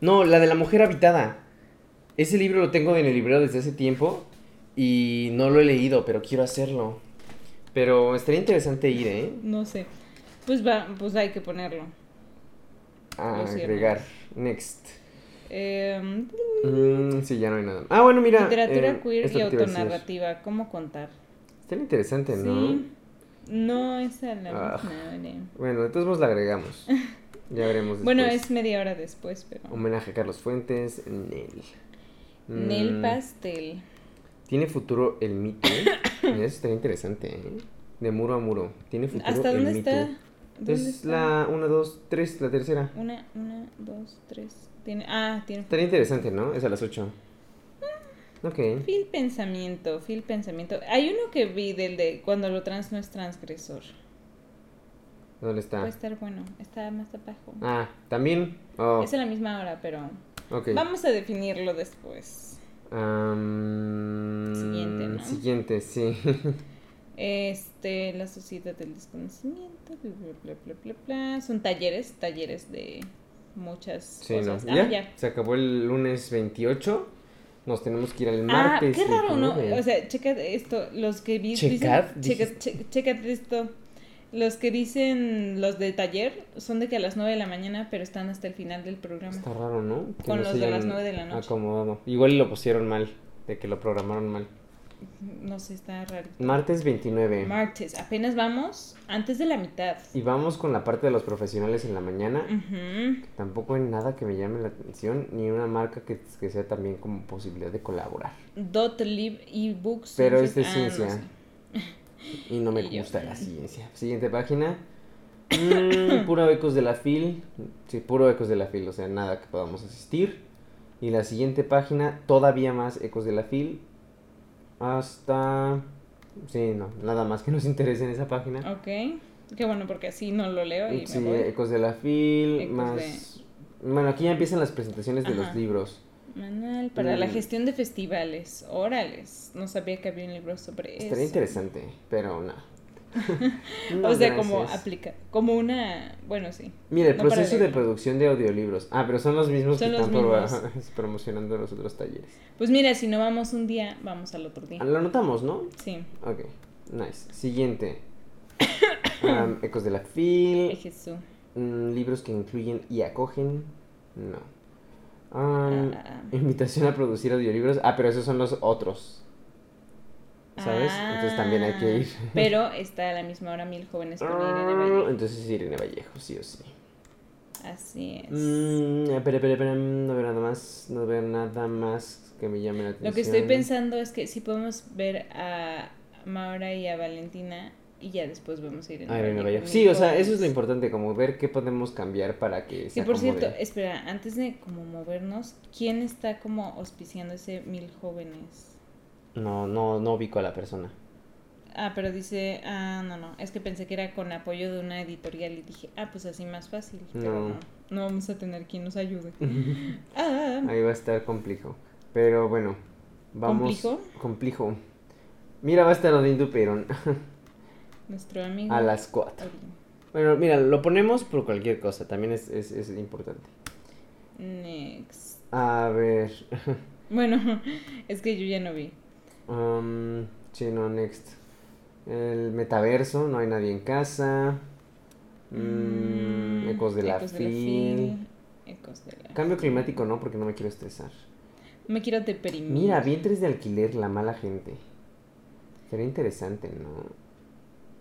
no, la de la mujer habitada. Ese libro lo tengo en el librero desde hace tiempo y no lo he leído, pero quiero hacerlo. Pero estaría interesante ir, ¿eh? No sé. Pues va, pues hay que ponerlo. A Lo cierro. agregar. Next. Em, Mm, sí, ya no hay nada. Ah, bueno, mira. literatura em, queer es y lo que te iba a decir. autonarrativa. ¿Cómo contar? Estaría interesante, ¿no? Sí. No es a la Ah. misma hora. Bueno, de todos modos la agregamos. Ya veremos después. Bueno, es media hora después, pero. Homenaje a Carlos Fuentes. Nel. Mm, Nel pastel. Tiene futuro el mito. Eso estaría interesante, ¿eh? De muro a muro. Tiene futuro ¿Hasta el dónde mito. está? ¿Dónde Entonces, está? Ah. la 1, 2, 3, la tercera. Una, una, dos, tres. Tiene... Ah, tiene Estaría interesante, ¿no? Es a las 8. Ok. Fil pensamiento, fil pensamiento. Hay uno que vi del de cuando lo trans no es transgresor. ¿Dónde está? Puede estar bueno, está más abajo. Ah, también. Oh, Es a la misma hora, pero ok. vamos a definirlo después. Am, Siguiente, ¿no? Siguiente, sí. Este, la sociedad del desconocimiento, bla, bla, bla, bla, bla, bla. Son talleres, talleres de muchas sí, no. cosas. ¿Ya? Ah, ya. Se acabó el lunes 28. Nos tenemos que ir al Ah, martes. qué raro, ¿no? 29. O sea, checa esto, los que vi- dicen, Checad, checa, dijiste. che- checa esto. Los que dicen los de taller son de que a las 9 de la mañana, pero están hasta el final del programa. Está raro, ¿no? Que Con no los se de hayan las nueve de la noche. Acomodado. Igual lo pusieron mal, de que lo programaron mal. No sé, está raro. Martes 29. Martes, apenas vamos antes de la mitad. y vamos con la parte de los profesionales en la mañana. Ujú. Tampoco hay nada que me llame la atención, ni una marca que, que sea también como posibilidad de colaborar. Dot Lib y Books. Pero es de Ah, no ciencia. sé. Y no me Y yo- gusta la ciencia. Siguiente página. Mm, puro ecos de la fil. Sí, puro ecos de la fil, o sea, nada que podamos asistir. Y la siguiente página, todavía más ecos de la fil. Hasta... Sí, no, nada más que nos interese en esa página. Ok. Qué bueno, porque así no lo leo y me Sí, eh. voy. ecos de la fil, Ecos más... Bueno, aquí ya empiezan las presentaciones de los Ajá. libros. Manual para la Mm. gestión de festivales orales. No sabía que había un libro sobre Estaría eso. interesante, pero no. o No, sea, como gracias. aplica, como una, bueno, sí. Mira, el No para proceso de leerlo. producción de audiolibros. Ah, pero son los mismos Son que los están pro- mismos. promocionando los otros talleres. Ah, Pues mira, si no vamos un día, vamos al otro día. Lo anotamos, ¿no? Sí. Ok, nice. Siguiente. Am, ecos de la fil. Ay, Jesús. mm, libros que incluyen y acogen. No. Ah, Am, ah, ah. invitación a producir audiolibros. Ah, pero esos son los otros. ¿Sabes? Entonces también hay que ir. Ah, Pero está a la misma hora mil jóvenes con Irene Valle. Entonces es Irene Vallejo, sí o sí. Así es. Mm, espera, espera, espera, no veo nada más, no veo nada más que me llame la atención. Lo que estoy pensando es que si podemos ver a Maura y a Valentina y ya después vemos a Irene Ah, Irene Valle Vallejo. con Sí, mil o sea, eso es jóvenes. lo importante, como ver qué podemos cambiar para que Sí, se por acomode. cierto, espera, antes de como movernos, ¿quién está como auspiciando ese mil jóvenes? No, no, no ubico a la persona. Ah, pero dice, ah, no, no, es que pensé que era con apoyo de una editorial y dije, ah, pues así más fácil, pero No. no, no, vamos a tener quien nos ayude. Ah, Ahí va a estar complejo. Pero bueno, vamos. ¿Complijo? Complejo. Mira, va a estar Odín Duperón nuestro amigo. a las 4. Ori. Bueno, mira, lo ponemos por cualquier cosa, también es, es, es importante. Next. A ver. Bueno, es que yo ya no vi. um, sí, no, next. El metaverso, no hay nadie en casa. Mm, Mm, ecos de la Ecos fil. Ecos de la Cambio climático no, porque no me quiero estresar. Me quiero deprimir. Mira, vientres de alquiler, la mala gente. Sería interesante, ¿no?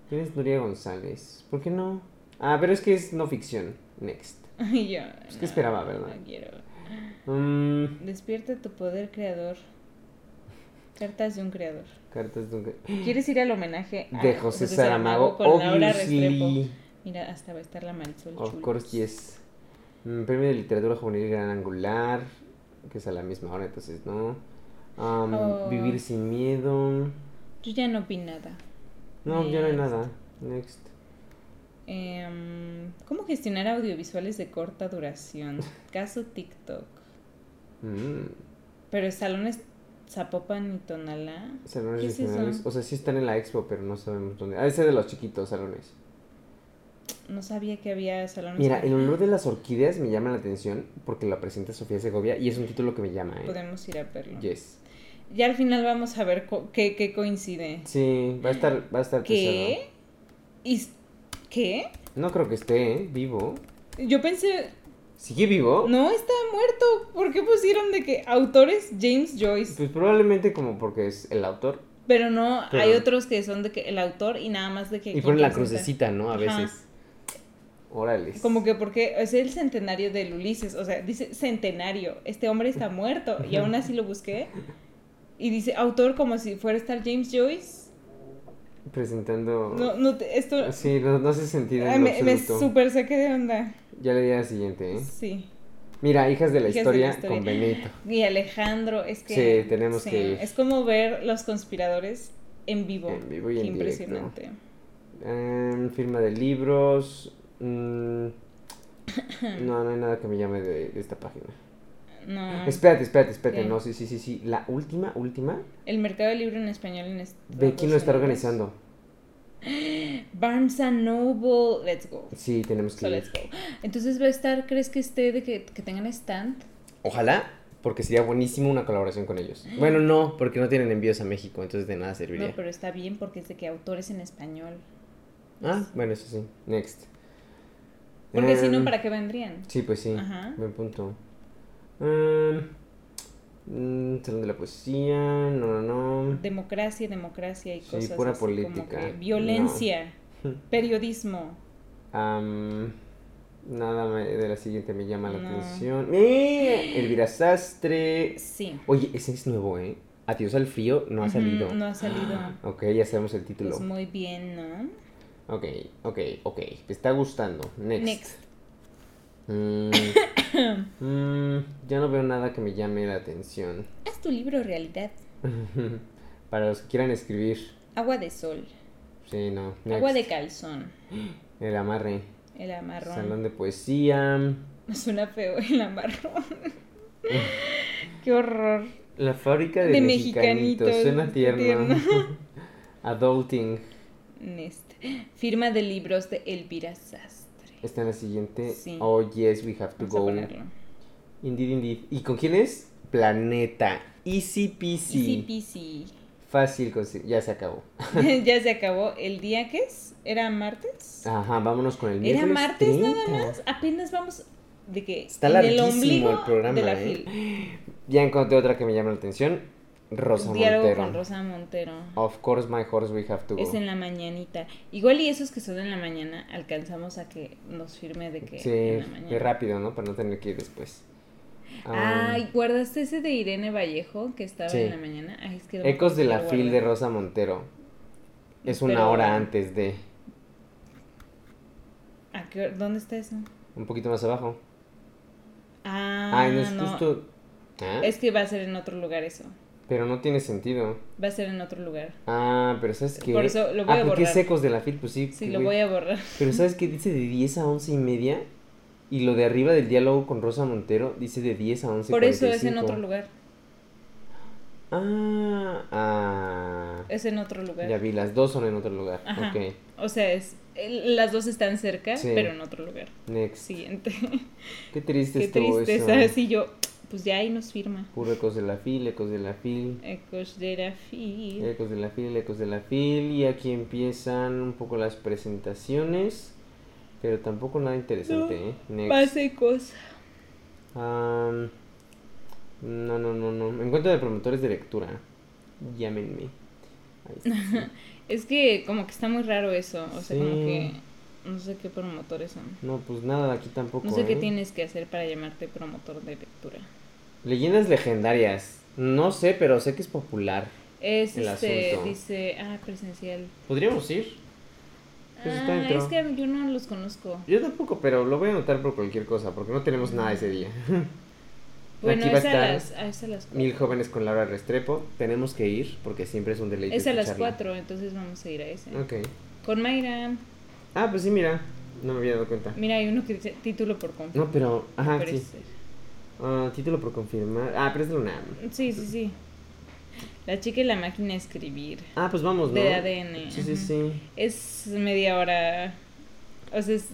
¿Quién es Nuria González? ¿Por qué no? Ah, pero es que es no ficción. Next. Y yo. que Pues, esperaba, ¿verdad? No quiero. Mm, Despierta tu poder creador. Cartas de un creador. cartas de... un- ¿Quieres ir al homenaje a De José Saramago. Ah, con Laura Restrepo? Obviously. Mira, hasta va a estar la Marisol Of Chulz. course, yes. Mm, premio de literatura juvenil gran angular. Que es a la misma hora, entonces no. Um, Oh. Vivir sin miedo. Yo ya no vi nada. No, ya no hay Next. nada. Next. Em, ¿Cómo gestionar audiovisuales de corta duración? Caso TikTok. Mm. Pero salones Zapopan y Tonalá. Salones ¿Qué es regionales. eso? o sea, sí están en la expo, pero no sabemos dónde. Ah, ese de los chiquitos salones. No sabía que había salones. Mira, con- el olor de las orquídeas me llama la atención porque la presenta Sofía Segovia y es un título que me llama, ¿eh? Podemos ir a verlo. Yes. Ya al final vamos a ver co- qué, qué coincide. Sí, va a estar, va a estar ¿Qué? ¿Y qué? pesado. No creo que esté, ¿eh? Vivo. Yo pensé, ¿Sigue vivo? no, está muerto. ¿Por qué pusieron de que autores James Joyce? Pues probablemente como porque es el autor. Pero no, Pero- hay otros que son de que el autor y nada más de que... Y ponen la quién presenta. crucecita, ¿no? A Ajá. veces. Órale. Como que porque es el centenario del Ulises, o sea, dice centenario, este hombre está muerto y aún así lo busqué. Y dice autor como si fuera a estar James Joyce. Presentando. No, no, te- esto Sí, no, no hace sentido. en ay, lo me, me absoluto. super saqué de onda. Ya le di a la siguiente, ¿eh? Sí. Mira, Hijas de la, Hijas de la historia, Historia. con Benito. Y Alejandro, es que Sí, tenemos que ir. es como ver los conspiradores en vivo. En vivo y Qué en impresionante. Em, firma de libros. mm, no, no hay nada que me llame de, de esta página. No. Espérate, espérate, espérate. ¿Qué? No, sí, sí, sí, sí. La última, última. El mercado del libro en español en Estados Ve quién lo está Unidos. organizando. Barnes and Noble, let's go. Sí, tenemos que So ir. let's go. Entonces va a estar, ¿crees que esté de que, que tengan stand? Ojalá, porque sería buenísimo una colaboración con ellos. Bueno, no, porque no tienen envíos a México, entonces de nada serviría. No, pero está bien porque es de que autores en español. Ah, bueno, eso sí. Next. Porque si no, Em, ¿para qué vendrían? Sí, pues sí. Ajá. Buen punto. Em, mm, salón de la poesía. No, no, no. Democracia, democracia y Sí, cosas pura así como política. que violencia, No. periodismo. Am, nada me- de la siguiente me llama la No. atención. ¡Eh! Elvira Sastre. Sí. Oye, ese es nuevo, ¿eh? Adiós al frío no ha Ujú, salido. No ha salido. Ok, ya sabemos el título. Pues muy bien, ¿no? Ok, ok, ok. Me está gustando. Next. Next. Mm, mm, ya no veo nada que me llame la atención. Haz tu libro realidad. Para los que quieran escribir. Agua de sol. Sí, no. Agua de next. calzón. El amarre. El amarrón. Salón de poesía. Suena feo el amarrón. Qué horror. La fábrica de, De mexicanitos. mexicanitos, Suena está tierno. tierno. Adulting. Next. Firma de libros de Elvira Sastre. Está en la siguiente. Sí. Oh, yes, we have to Vamos a go. ponerlo. Indeed, indeed. ¿Y con quién es? Planeta. Easy peasy. Easy peasy. Fácil conseguir. Ya se acabó. ya se acabó. ¿El día que es? ¿Era martes? Ajá, vámonos con Ah, el ¿Era miércoles martes nada 30. más? Apenas vamos de que Está en el larguísimo ombligo el programa, de la ¿eh? fila. Ya encontré otra que me llama la atención. Rosa Diálogo Montero. con Rosa Montero. Of course, my horse, we have to go. Es en la mañanita. Igual y esos que son en la mañana alcanzamos a que nos firme de que Sí, en la qué mañana. rápido, ¿no? Para no tener que ir después. Ah, Ay, ¿guardaste ese de Irene Vallejo que estaba Sí. en la mañana? Ay, es que no me Ecos acuerdo de si la lo fil de guardé. Rosa Montero. Es una Pero- hora antes de. ¿A qué hora- ¿Dónde está eso? Un poquito más abajo. Ah, Ay, no es no. justo. Ah, Es que va a ser en otro lugar eso. Pero no tiene sentido. Va a ser en otro lugar. Ah, pero ¿sabes qué? Por eso lo voy ah, a porque es borrar. Ecos de la fil, pues sí. Sí, que lo güey. voy a borrar. Pero ¿sabes qué? Dice de 10 a 11 y media. Y lo de arriba del diálogo con Rosa Montero dice de 10 a 11 Por eso es en otro lugar. Ah, ah. Es en otro lugar. Ya vi, las dos son en otro lugar. Ajá. Ok, O sea, es el- las dos están cerca, Sí. pero en otro lugar. next. Siguiente. Qué triste Qué estuvo tristeza. eso. eh. Así yo, pues ya ahí nos firma. Puro ecos de la fil, ecos de la fil. Eh, Ecos de la fil. Ecos de la fil, ecos de la fil. Y aquí empiezan un poco las presentaciones. Pero tampoco nada interesante, ¿eh? Next. Más ecos. Am, no, no, no, no. Encuentro de promotores de lectura. Llámenme. Ahí está. Es que como que está muy raro eso, o sea, Sí. como que no sé qué promotores son. No, pues nada, aquí tampoco. No sé qué ¿eh? tienes que hacer para llamarte promotor de lectura. Leyendas legendarias. No sé, pero sé que es popular. Es El este, asunto. dice, ah, presencial. Podríamos ir. Pues está ah, dentro. es que yo no los conozco. Yo tampoco, pero lo voy a anotar por cualquier cosa, porque no tenemos nada ese día. Bueno, Aquí va a es a, estar las, ah, es a las Mil cuatro. jóvenes con Laura Restrepo. Tenemos que ir, porque siempre es un deleite. Es a las escucharla. 4, entonces vamos a ir a ese. Ok. Con Mayra, Ah, pues sí, mira. No me había dado cuenta. mira, hay uno que dice título por confirmar. No, pero. Ajá, sí. parece. Ah, título por confirmar. Ah, pero es de la UNAM. sí, sí, sí. La chica y la máquina de escribir. Ah, pues vamos, ¿no? De ADN, Sí, sí, ajá. sí. Es media hora. O sea, es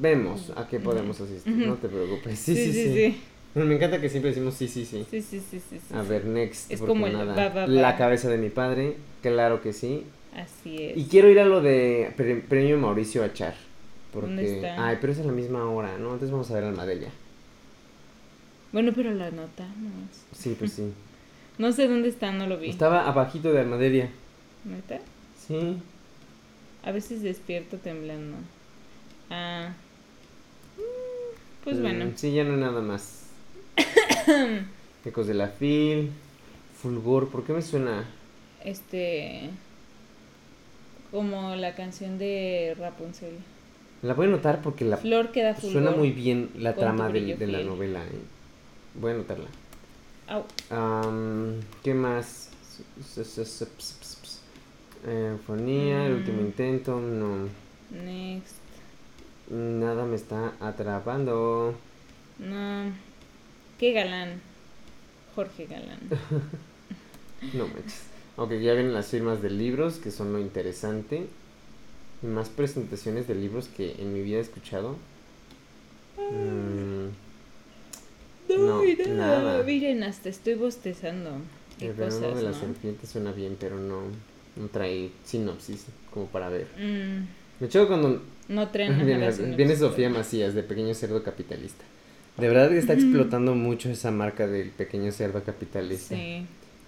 Vemos a qué podemos asistir, Ujú. no te preocupes. Sí, Sí, sí, sí. Me encanta que siempre decimos sí, sí, sí. Sí, sí, sí, sí. sí, A sí. ver, next. Es porque como el nada. va, va, va. La cabeza de mi padre, claro que sí. Así es. Y quiero ir a lo de pre- premio Mauricio Achar. Porque... ¿Dónde está? Ay, pero es a la misma hora, ¿no? Antes vamos a ver al Madelia. Bueno, pero la anotamos. Sí, pues sí. No sé dónde está, no lo vi. Estaba abajito de Almadelia. ¿Neta? Sí. A veces despierto temblando. Ah, Pues Mm, bueno. Sí, ya no hay nada más. Ecos de la Fil, Fulgor, ¿por qué me suena? Este. Como la canción de Rapunzel. La voy a anotar porque la Flor queda fulgor. suena muy bien la con tu trama del- brillo de la fiel. novela. ¿eh? Voy a anotarla. Au. Am, ¿Qué más? S- s- s- ps- ps- ps. Eh, Fonía, el último Mm. intento, no. Next. Nada me está atrapando. No. Qué galán. Jorge Galán. No manches. Ok, ya vienen las firmas de libros, que son lo interesante. Más presentaciones de libros que en mi vida he escuchado. Mm, No, mira, nada. Miren, hasta estoy bostezando. Qué el verano cosas, de la ¿no? serpiente suena bien, pero no, no trae sinopsis como para ver. Mm, Me choco cuando no trenan. a viene, las viene sinopsis, Sofía pero- Macías de Pequeño Cerdo Capitalista. De verdad que está explotando mucho esa marca del Pequeño Cerdo Capitalista. Sí.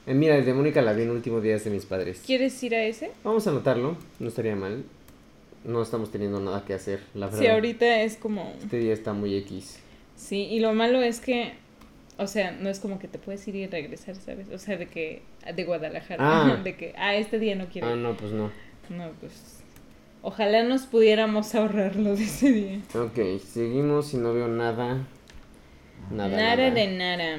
Eh, mira, el de Mónica la vi en Último Días de Mis Padres. ¿Quieres ir a ese? Vamos a anotarlo, no estaría mal. No estamos teniendo nada que hacer, la verdad. Sí, ahorita es como. Este día está muy X. Sí, y lo malo es que. O sea, no es como que te puedes ir y regresar, ¿sabes? O sea, de que. De Guadalajara. Ah. De que. Ah, este día no quiero. Ah, ir. no, pues no. No, pues. Ojalá nos pudiéramos ahorrarlo de ese día. Ok, seguimos y no veo nada. Nada. nara nada. de nara,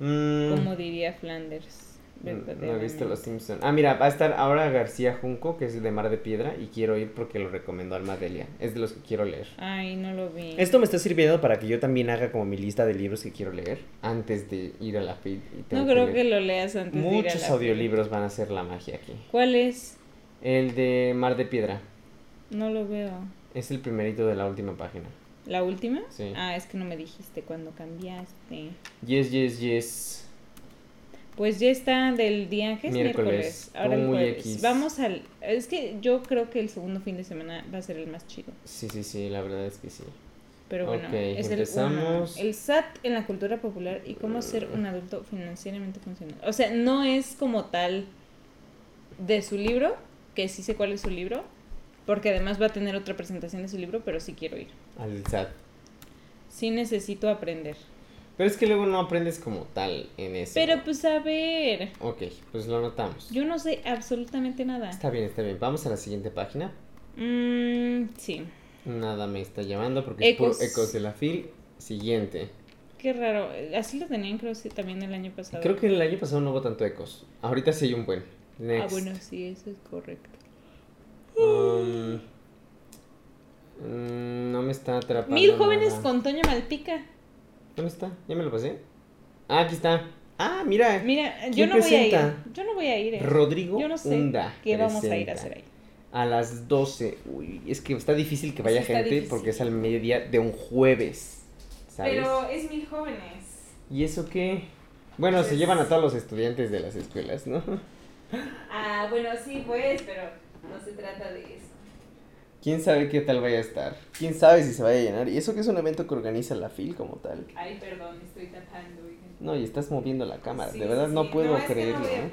Mm, como diría Flanders. no he visto verdaderamente. Los Simpsons. Ah, mira, va a estar ahora García Junco, que es de Mar de Piedra, y quiero ir porque lo recomendó Alma Delia. Es de los que quiero leer. Ay, no lo vi. Esto me está sirviendo para que yo también haga como mi lista de libros que quiero leer antes de ir a la fil. y tengo No creo que leer. lo leas antes de ir a la Muchos fila. audiolibros van a ser la magia aquí. ¿Cuál es? El de Mar de Piedra. No lo veo. Es el primerito de la última página. ¿La última? Sí. Ah, es que no me dijiste cuando cambiaste. Yes, yes, yes. Pues ya está del día que es miércoles. Miércoles. Ahora el Muy jueves. X. Vamos al. Es que yo creo que el segundo fin de semana va a ser el más chido. Sí, sí, sí, la verdad es que sí. Pero bueno, Ok, es el empezamos. uno. El SAT en la cultura popular y cómo ser un adulto financieramente funcional. O sea, no es como tal de su libro, que sí sé cuál es su libro, porque además va a tener otra presentación de su libro, pero sí quiero ir. Al SAT. Sí necesito aprender. Pero es que luego no aprendes como tal en eso. Pero pues a ver, Ok, pues lo notamos. yo no sé absolutamente nada. Está bien, está bien. Vamos a la siguiente página. Mm, sí. Nada me está llamando porque es puro Ecos. ecos de la fil. Siguiente. Qué raro. Así lo tenían, creo, sí, también el año pasado. Creo que el año pasado no hubo tanto ecos. Ahorita sí hay un buen. Next. Ah, bueno, sí, eso es correcto. Um, mm, no me está atrapando. Mil jóvenes nada. con Toño Malpica. ¿Dónde está? ¿Ya me lo pasé? Ah, aquí está. Ah, mira. Mira, yo ¿Quién no voy a presenta? ir. Yo no voy a ir. eh. Rodrigo yo no sé Unda qué vamos a ir presenta. a hacer ahí. A las 12. Uy, es que está difícil que vaya Sí, está gente difícil. porque es al mediodía de un jueves. ¿Sabes? es mil jóvenes. ¿Y eso qué? Bueno, se Pues- llevan a todos los estudiantes de las escuelas, ¿no? Ah, bueno, sí, pues, pero no se trata de eso. ¿Quién sabe qué tal vaya a estar? ¿Quién sabe si se vaya a llenar? Y eso que es un evento que organiza la FIL como tal. Ay, perdón, estoy tapando. No, y estás moviendo la cámara. de verdad no puedo creerlo. ¿eh?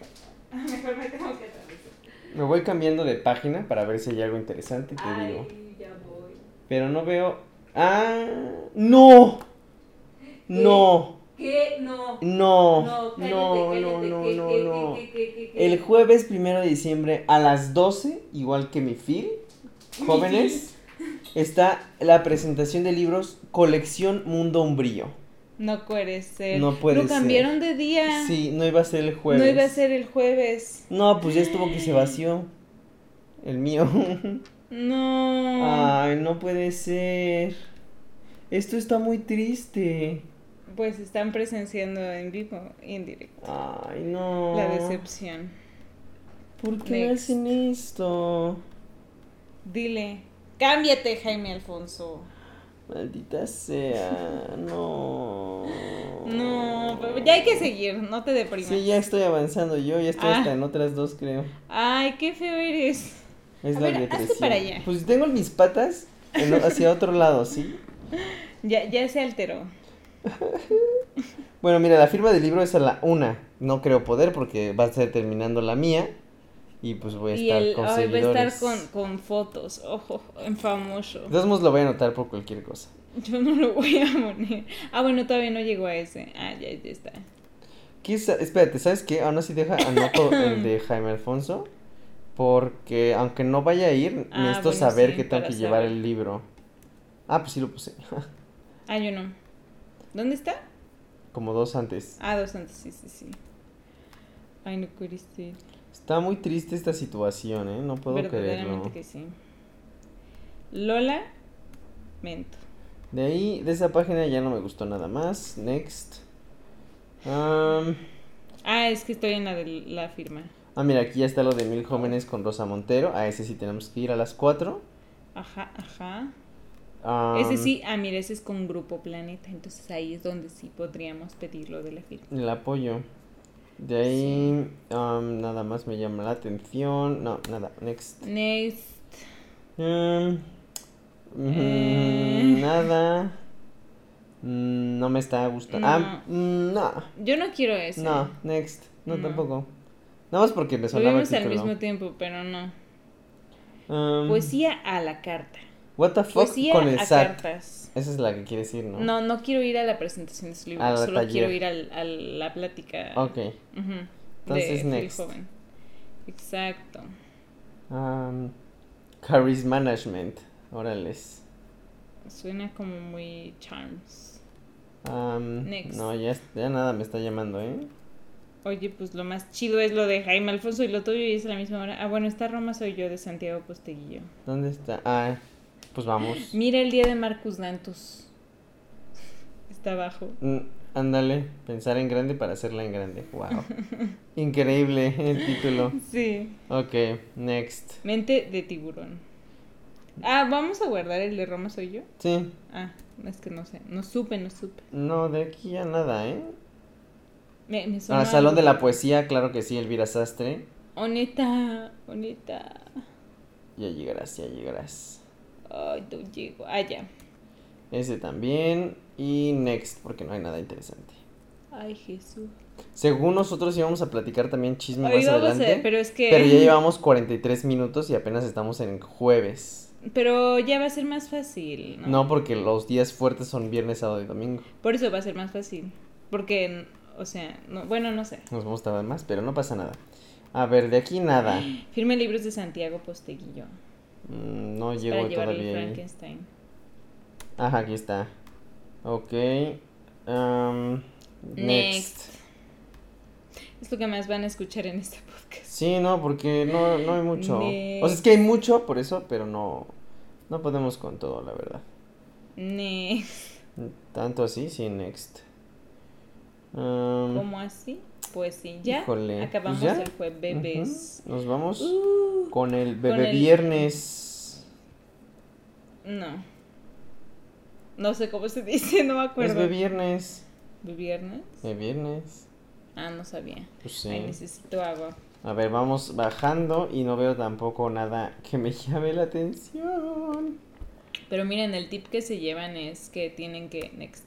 Mejor me tengo que atravesar. Me voy cambiando de página para ver si hay algo interesante y te digo. ya voy. Pero no veo. ¡Ah! ¡No! ¡No! ¿Qué? No. No, No, no, cállate, no, cállate, no, que- no, que- no, que- no. que- que- que- que- El jueves primero de diciembre a las 12, igual que mi fil, jóvenes, está la presentación de libros Colección Mundo Umbrío. No puede ser. No puede Lo ser. cambiaron de día. Sí, no iba a ser el jueves. No iba a ser el jueves. No, pues ya estuvo que se vació. El mío. No. Ay, no puede ser. Esto está muy triste. Pues están presenciando en vivo y en directo. Ay, no. La decepción. ¿Por qué me Next. hacen esto? Dile. Cámbiate, Jaime Alfonso. Maldita sea. No. No, pero ya hay que seguir, no te deprimas. Oh. Sí, ya estoy avanzando yo, ya estoy Ah. hasta en otras dos, creo. Ay, qué feo eres. Es A la ver, hazte depresión. para allá. Pues tengo mis patas en- hacia otro lado, ¿sí? Ya, ya se alteró. Bueno, mira, la firma del libro es a la una. No creo poder porque va a estar terminando la mía. Y pues voy a Y estar él con ay, va a estar seguidores. con, con fotos, ojo, en famoso. De todos modos lo voy a anotar por cualquier cosa. Yo no lo voy a poner. Ah, bueno, todavía no llegó a ese. Ah, ya, ya está. ¿Qué sa- Espérate, ¿sabes qué? Aún así deja, anoto el de Jaime Alfonso. Porque aunque no vaya a ir, Ah, necesito bueno, saber sí, que tengo para que llevar saber. el libro. Ah, pues sí lo puse. Ah, yo no. ¿Dónde está? Como dos antes. Ah, dos antes, sí, sí, sí. Ay, no curiste. Está muy triste esta situación, ¿eh? No puedo Verdaderamente creerlo. que sí. Lola Mento. De ahí, de esa página ya no me gustó nada más. Next. Am, Ah, es que estoy en la de la firma. ah, mira, aquí ya está lo de Mil Jóvenes con Rosa Montero. A ese sí tenemos que ir a las 4. Ajá, ajá. ese sí, ah, mira, ese es con Grupo Planeta, entonces ahí es donde sí podríamos pedirlo de la firma. El apoyo. De ahí, am, nada más me llama la atención. No, nada, next. Next. Am, mm, Eh. Nada. Mm, no me está gustando. Ah, mm, no. Yo no quiero ese. No, next. No, No. tampoco. Nada más porque me Mm. Lo sonaba el vimos al título. mismo Pues tiempo, pero no. Um, Poesía a la carta. What the fuck Poesía con el Pues a SAT. cartas. Esa es la que quiere decir, ¿no? No, no quiero ir a la presentación de su libro, Al solo taller. quiero ir al- a la plática Ok. ujú, de Entonces, Phil next. Joven. Exacto. Um, Caris Management. Órales. Suena como muy charms. Um, Next. No, ya, ya nada me está llamando, ¿eh? Oye, pues lo más chido es lo de Jaime Alfonso y lo tuyo y es a la misma hora. Ah, bueno, esta Roma soy yo de Santiago Posteguillo. ¿Dónde está? Ah, pues vamos. Mira el día de Marcus Dantus. Está abajo. Mm, Ándale, pensar en grande para hacerla en grande. Wow. Increíble el título. Sí. Ok, next. Mente de tiburón. Ah, vamos a guardar el de Roma soy yo. Sí, Ah, es que no sé. No supe, no supe. no, de aquí ya nada, ¿eh? Me, me Ah, suena Salón de algo. la Poesía, claro que sí, Elvira Sastre. Oneta, Oneta. Ya llegarás, ya llegarás. Ay, no llego. Ah, ya. Ese también. Y next, porque no hay nada interesante. Ay, Jesús. Según nosotros íbamos a platicar también chisme Hoy más vamos adelante. a, pero es que. pero ya llevamos 43 minutos y apenas estamos en jueves. Pero ya va a ser más fácil, ¿no? No, porque los días fuertes son viernes, sábado y domingo. Por eso va a ser más fácil. Porque, o sea, no, bueno, no sé. Nos vamos a tardar más, pero no pasa nada. A ver, de aquí nada. Firme libros de Santiago Posteguillo. Mm, no Para llego llevarle el todavía. ahí. Frankenstein. Ajá, aquí está. Ok. um, next. Next. Es lo que más van a escuchar en este podcast. Sí, no, porque no, no hay mucho. O sea, es Next. que hay mucho por eso, pero no, no podemos con todo, la verdad. Next. Tanto así, sí, next. Um, ¿Cómo así? Pues sí, ya. Híjole, pues Acabamos ya. el jueves, bebés. ujú, Nos vamos Uh, con el bebé el- viernes. no. No sé cómo se dice, no me Es acuerdo. bebé viernes. ¿Viernes? Bebé viernes. Ah, no sabía. Pues Ay, sí. necesito agua. A ver, vamos bajando y no veo tampoco nada que me llame la atención. Pero miren, el tip que se llevan es que tienen que next.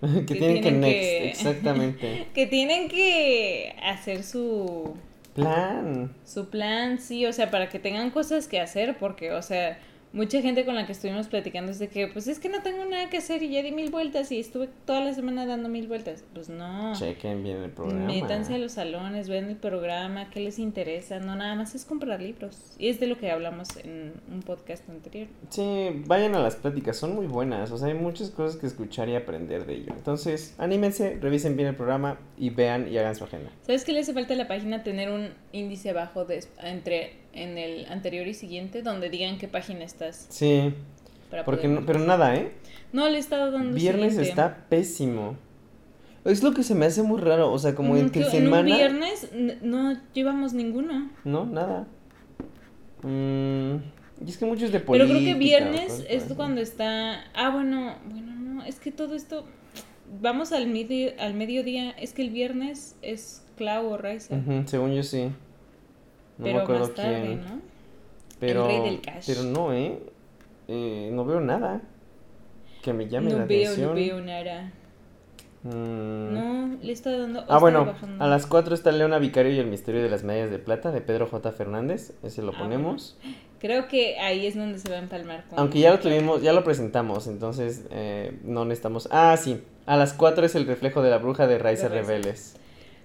que Que tienen que tienen next, que- exactamente. Que tienen que hacer su Plan. su plan, sí, o sea, para que tengan cosas que hacer, porque, o sea, mucha gente con la que estuvimos platicando es de que, pues es que no tengo nada que hacer y ya di mil vueltas y estuve toda la semana dando mil vueltas. Pues no. Chequen bien el programa. Métanse a los salones, vean el programa, qué les interesa, no nada más es comprar libros. Y es de lo que hablamos en un podcast anterior. Sí, vayan a las pláticas, son muy buenas, o sea, hay muchas cosas que escuchar y aprender de ello. Entonces, anímense, revisen bien el programa y vean y hagan su agenda. ¿Sabes qué le hace falta a la página? Tener un índice abajo de, entre en el anterior y siguiente donde digan qué página estás. Sí, Para porque poder- no- pero nada, ¿eh? No, le he estado dando Viernes siguiente. está pésimo. Es lo que se me hace muy raro, o sea, como Ujú, entre que En semana... un viernes n- no llevamos ninguno. No, nada. Mm, y es que muchos de Pero política. creo que o cosas viernes por es eso. cuando está. Ah, bueno, bueno, no. Es que todo esto. Vamos al, midi- al mediodía. Es que el viernes es Clau o Raiza. Ujú, según yo sí. No me pero acuerdo más tarde, quién. ¿no? Pero, rey del cash. pero no, ¿eh? Eh, No veo nada que me llame no la veo, atención. no veo nada. Mm. No, le estoy dando. Ah, estoy bueno, bajando. a las 4 está Leona Vicario y el misterio de las medallas de plata de Pedro J. Fernández. Ese lo Ah, ponemos. Creo que ahí es donde se va a empalmar. con- Aunque ya lo tuvimos, ya lo presentamos, entonces eh, no necesitamos. Ah, sí. A las 4 es el reflejo de la bruja de Raíces Raíces. Rebeles.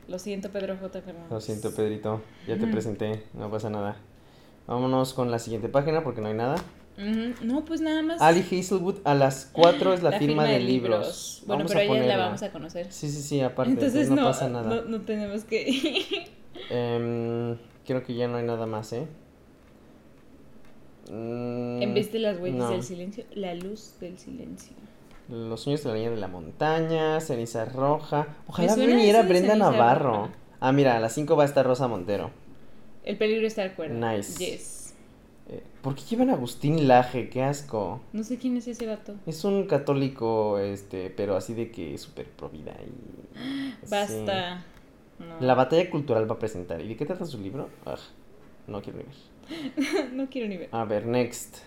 Lo siento, Pedro J. Fernández. Lo siento, Pedrito. Ya te Ujú. presenté. No pasa nada. Vámonos con la siguiente página porque no hay nada. Ujú, No, pues nada más. Ali Hazelwood a las 4 es Ah, la, firma, de libros. Bueno, Vamos pero a ella la ponerla. vamos a conocer. Sí, sí, sí, aparte. Entonces Entonces no, pasa nada. no, no tenemos que Em, creo que ya no hay nada más, ¿eh? Mm, En vez de las huellas no. del silencio, la luz del silencio. Los sueños de la niña de la montaña, ceniza roja. Ojalá suena viniera eso de Brenda Ceniza Navarro. Roja. Ah, mira, a las 5 va a estar Rosa Montero. El peligro está de acuerdo. Nice. Yes. Eh, ¿Por qué llevan a Agustín Laje? Qué asco. No sé quién es ese vato. Es un católico, este, pero así de que súper provida y... sí. Basta. No. La batalla cultural va a presentar. ¿Y de qué trata su libro? Ugh, no quiero ni ver. no quiero ni ver. A ver, next.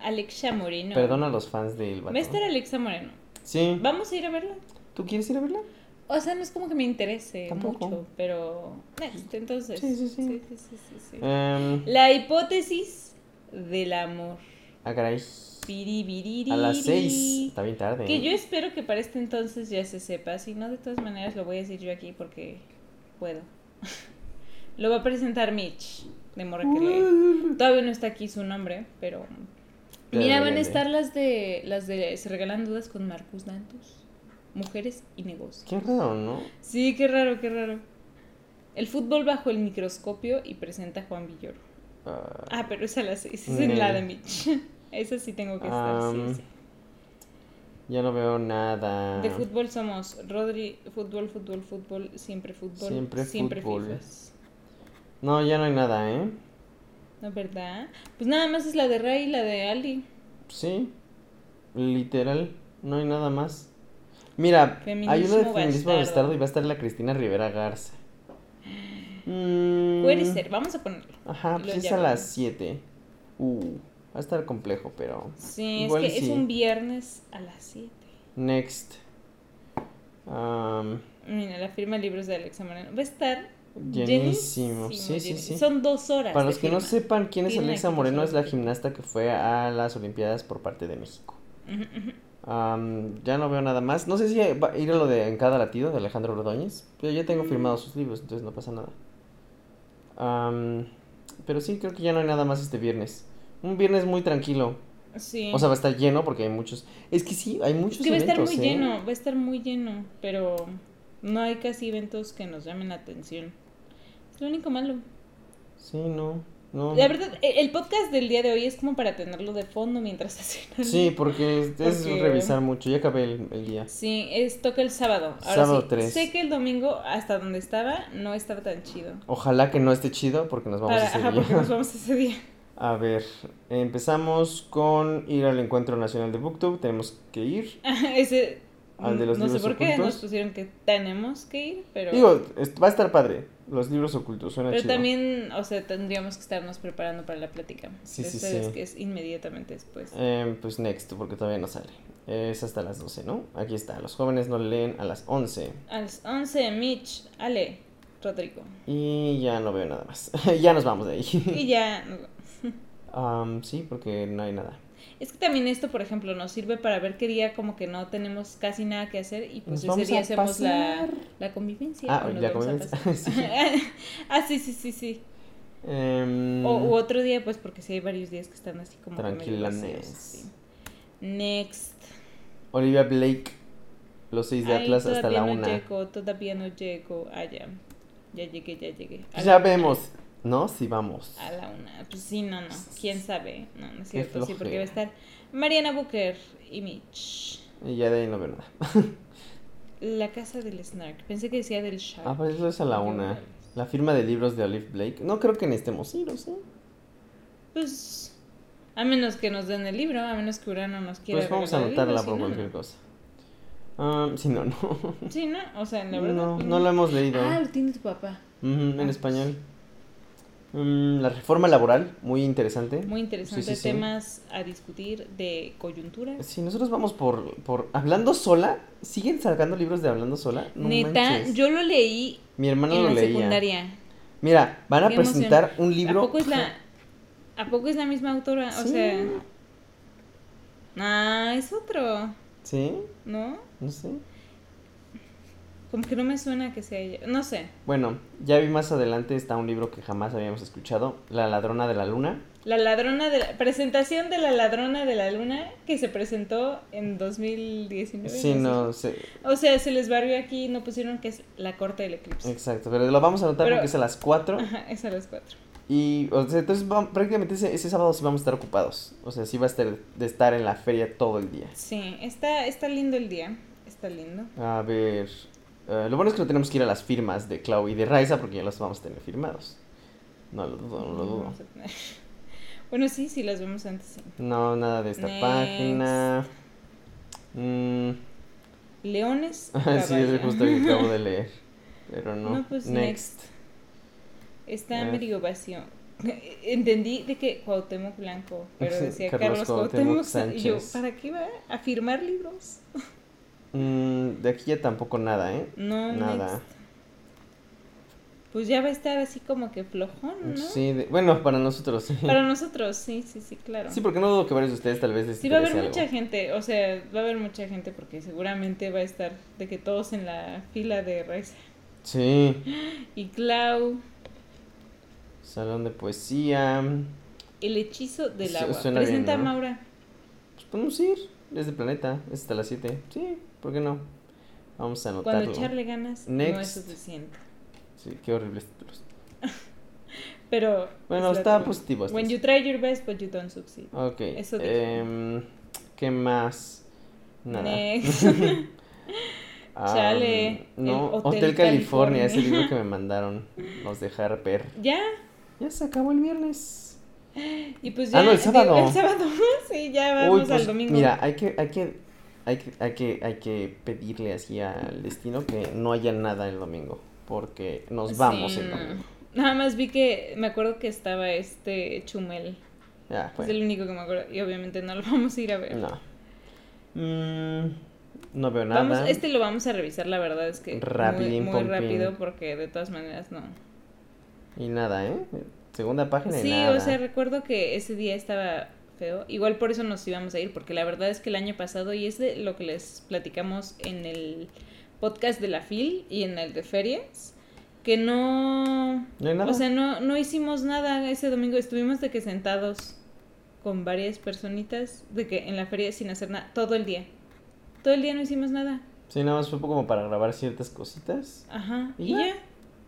Alexa Moreno. Perdona a los fans del Va vato. a estar Alexa Moreno. Sí. Vamos a ir a verla. ¿Tú quieres ir a verla? O sea, no es como que me interese Tampoco. mucho, pero. Next, entonces. Sí, sí, sí. sí, sí, sí, sí. Em, La hipótesis del amor. ah, caray. Piribiriri. A las 6. Está bien tarde. Que yo ¿eh? espero que para este entonces ya se sepa. Si no, de todas maneras lo voy a decir yo aquí porque puedo. lo va a presentar Mitch, de Morra que Mm. lee. Todavía no está aquí su nombre, pero. Pero Mira, deberían van a de. estar las de. las de Se regalan dudas con Marcus Dantus. Mujeres y negocios. Qué raro, ¿no? Sí, qué raro, qué raro. El fútbol bajo el microscopio y presenta a Juan Villoro. Ah, Ah, pero esa la sí, esa es en la de Nel. Mitch. Esa sí tengo que estar, sí, Am, sí. Ah, um, ya no veo nada. De fútbol somos Rodri, fútbol, fútbol, fútbol, siempre fútbol, Siempre siempre, fútbol. Fifas. No, ya no hay nada, ¿eh? ¿No verdad? Pues nada más es la de Ray y la de Ali. Sí. Literal. No hay nada más. Mira, hay uno de Feminismo feminismo bastardo. bastardo y va a estar la Cristina Rivera Garza. Mm, Puede ser, vamos a ponerlo. Ajá, pues Lo es a llaman. las 7. Uh, va a estar complejo, pero. Sí, Igual es que sí. es un viernes a las 7. Next. Am, Mira, la firma de libros de Alexa Moreno. Va a estar Llenísimo, sí, sí, llenísimo. sí. Son dos horas. para de los que no firma. sepan quién es Firma Alexa aquí, por Moreno, es la favor. gimnasta que fue a las Olimpiadas por parte de México. Ujú, ujú. Am, ya no veo nada más. No sé si va a ir a lo de En cada latido de Alejandro Ordóñez. Pero ya tengo firmados sus libros, entonces no pasa nada. Am, pero sí, creo que ya no hay nada más este viernes. Un viernes muy tranquilo. Sí. O sea, va a estar lleno porque hay muchos. Es que sí, hay muchos. Es que va a estar muy eventos, ¿eh? lleno, va a estar muy lleno, pero no hay casi eventos que nos llamen la atención. Es lo único malo. Sí, no. no. La verdad, e- el podcast del día de hoy es como para tenerlo de fondo mientras hacen algo. Sí, porque es, es Porque- revisar mucho. Ya acabé el, el día. Sí, es, toca el sábado. Ahora Sábado sí, tres. Sé que el domingo, hasta donde estaba, no estaba tan chido. Ojalá que no esté chido porque nos vamos a Para- ajá, seguir. porque nos vamos ese día. A ver, empezamos con ir al Encuentro Nacional de Booktube. Tenemos que ir. Ah, ese, Al de los no sé libros por qué ocultos. nos pusieron que tenemos que ir, pero... Digo, es- va a estar padre. Los libros ocultos, suena Pero chido. también, o sea, tendríamos que estarnos preparando para la plática. Sí, sí, Ustedes sí. que es inmediatamente después. Em, pues next, porque todavía no sale. Es hasta las 12, ¿no? Aquí está. Los jóvenes no leen a las 11. A las 11, Mitch, Ale, Rodrigo. Y ya no veo nada más. ya nos vamos de ahí. Y ya. nos vamos. Am, sí, porque no hay nada. Es que también esto, por ejemplo, nos sirve para ver qué día como que no tenemos casi nada que hacer y Nos pues vamos ese día a hacemos la, pasear. la convivencia. Ah, o nos ya vamos a comienza. Sí. pasear. ah, sí, sí, sí, sí. Em, O u otro día, pues porque sí hay varios días que están así como... que medio Tranquilones. vacíos, sí. Next. Olivia Blake, los seis de Ay, Atlas hasta la todavía no una. llego, todavía no llego. Ah, ya. Ya llegué, ya llegué. A Pues ya la- vemos, ¿no? Sí, vamos. A la una. Pues sí, no, no. ¿Quién sabe? No, no es Qué cierto. Sí, porque va flojera. a estar Mariana Booker y Mitch. Y ya de ahí no veo nada. La casa del snark. Pensé que decía del shark. Ah, pues eso es a la Yo una. no. La firma de libros de Olive Blake. No creo que necesitemos ir, ¿o sí? Pues a menos que nos den el libro, a menos que Urano nos quiera. Pues vamos a regalar el libro, anotarla si por no, cualquier no. cosa. Ah, si no, no. Sí, ¿no? O sea, la verdad. No, pues, no lo hemos leído. Ah, lo tiene tu papá. Ujú, en español. Mm, la reforma laboral, muy interesante. Muy interesante Sí, sí, sí. temas a discutir de coyuntura. Si nosotros vamos por, por Hablando Sola, ¿siguen sacando libros de Hablando Sola? No Neta, manches. yo lo leí Mi hermana en lo la leía. secundaria. Mira, van a Qué emoción. presentar un libro. ¿A poco es la, ¿a poco es la misma autora? O Sí. sea. Ah, es otro, Sí, ¿no? no sé. Como que no me suena que sea ella. No sé. Bueno, ya vi más adelante está un libro que jamás habíamos escuchado, La ladrona de la luna. La ladrona de la presentación de la ladrona de la luna que se presentó en 2019. Sí, sé. no sé, O sea, se les barrió aquí y no pusieron que es la corte del eclipse. exacto, pero lo vamos a anotar Pero- porque es a las 4 Ajá, es a las cuatro. y o sea, entonces va- prácticamente ese, ese sábado sí vamos a estar ocupados, o sea, sí va a estar de estar en la feria todo el día. Sí, está, está lindo el día. Está lindo. A ver, eh, lo bueno es que no tenemos que ir a las firmas de Clau y de Raiza porque ya los vamos a tener firmados. No lo dudo, no lo dudo. Vamos a tener- Bueno, sí, sí, las vemos antes. sí. No, nada de esta Next. página. Mm, Leones. sí, es caballo. justo lo que acabo de leer. Pero no. No, pues, next. Está Eh. medio vacío. Entendí de que Cuauhtémoc Blanco, pero decía Carlos Carlos, Cuauhtémoc Cuauhtémoc, Sa- y yo, Sánchez. ¿para qué va a firmar libros? Mm, de aquí ya tampoco nada, ¿eh? No, Nada. next. Pues ya va a estar así como que flojón, Mm, ¿no? Sí, de- bueno, para nosotros. sí. Para nosotros, sí, sí, sí, claro. Sí, porque no dudo que varios de ustedes tal vez les Sí, va a haber interese mucha algo. gente, o sea, va a haber mucha gente porque seguramente va a estar de que todos en la fila de Raiza Sí, y Clau, salón de poesía. el hechizo del Su- agua. suena bien, Presenta ¿no? a Maura. Pues podemos ir desde Planeta, es hasta las 7. Sí, ¿por qué no? Vamos a anotarlo. Cuando echarle ganas no es Next. suficiente. Sí, qué horribles títulos. Pero Bueno, es la está pues, trama. positivo. hasta When eso. you try your best but you don't succeed. Ok. Eso dijo. em, ¿Qué más? Nada. Next. Ah, Chale, no, el Hotel, Hotel California, California. ese libro que me mandaron los de Harper. ya. Ya se acabó el viernes. Y pues ya Ah, no, el digo, sábado. el sábado. sí, Uy, ya vamos al pues, domingo. Mira, hay que, hay que, hay que, hay que, hay que pedirle así al destino que no haya nada el domingo. Porque nos vamos Sí, el no. domingo. Nada más vi que me acuerdo que estaba este Chumel. Ya, Es el bueno. único que me acuerdo y obviamente no lo vamos a ir a ver. No. Mm, no veo nada. Vamos, este lo vamos a revisar, la verdad es que Rapidín, muy, muy pompín. rápido porque de todas maneras no. Y nada, ¿eh? Segunda página y Sí, nada. o sea, recuerdo que ese día estaba feo. Igual por eso nos íbamos a ir, porque la verdad es que el año pasado, y es de lo que les platicamos en el podcast de la FIL y en el de ferias, que no... No hay nada. O sea, no, no hicimos nada ese domingo, estuvimos de que sentados con varias personitas, de que en la feria sin hacer nada, todo el día. Todo el día no hicimos nada. Sí, nada más fue como para grabar ciertas cositas. Ajá. Y Y ya. ya.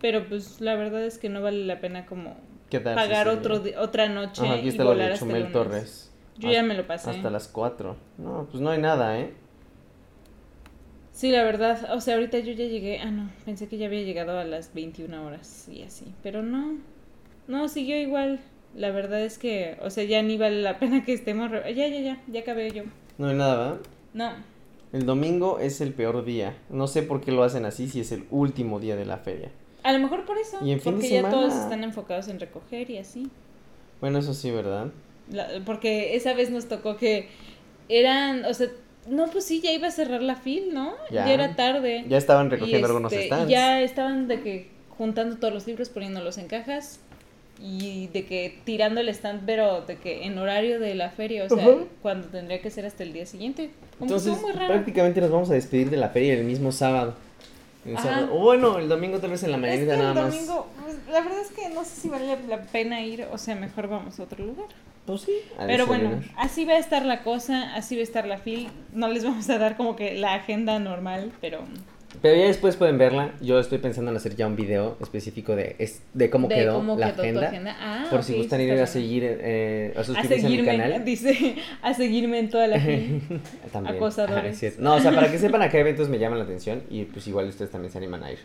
Pero pues la verdad es que no vale la pena como Quedarse pagar ese otro día. di- otra noche Ajá, aquí y está lo volar de hasta el Chumel lunes. Torres. Yo Hasta- ya me lo pasé. Hasta las 4. No, pues no hay nada, ¿eh? Sí, la verdad, o sea, ahorita yo ya llegué, ah no, pensé que ya había llegado a las 21 horas y así, pero no. No, siguió igual. La verdad es que, o sea, ya ni vale la pena que estemos re- ya ya ya, ya acabé yo. No hay nada, ¿verdad? No. El domingo es el peor día. No sé por qué lo hacen así si es el último día de la feria. A lo mejor por eso, Y en fin de porque ya todos semana. están enfocados en recoger y así. Bueno, eso sí, ¿verdad? La- porque esa vez nos tocó que eran, o sea, no, pues sí, ya iba a cerrar la fil, ¿no? Ya. Ya, era tarde. Ya estaban Y, recogiendo algunos este, stands. Ya estaban de que juntando todos los libros, poniéndolos en cajas y de que tirando el stand, pero de que en horario de la feria, o sea, Ujú. cuando tendría que ser hasta el día siguiente. Como que Entonces, estuvo muy raro. prácticamente nos vamos a despedir de la feria el mismo sábado. El Ajá. sábado- O bueno, el domingo tal vez en la Es mañana que el nada más. domingo, pues, la verdad es que no sé si vale la pena ir, o sea, mejor vamos a otro lugar. Pues sí. a Pero bueno, desayunar. así va a estar la cosa, así va a estar la fil. No les vamos a dar como que la agenda normal, pero Pero ya después pueden verla. Yo estoy pensando en hacer ya un video específico de, es- de cómo de quedó cómo la quedó tu agenda. agenda. Ah, por si ok, gustan sí ir está a bueno. seguir, eh, a a suscribirse a mi seguirme, canal. dice, a seguirme en toda la fil. También. Acosadores. Ajá, es cierto. No, o sea, para que sepan a qué eventos me llaman la atención y pues igual ustedes también se animan a ir,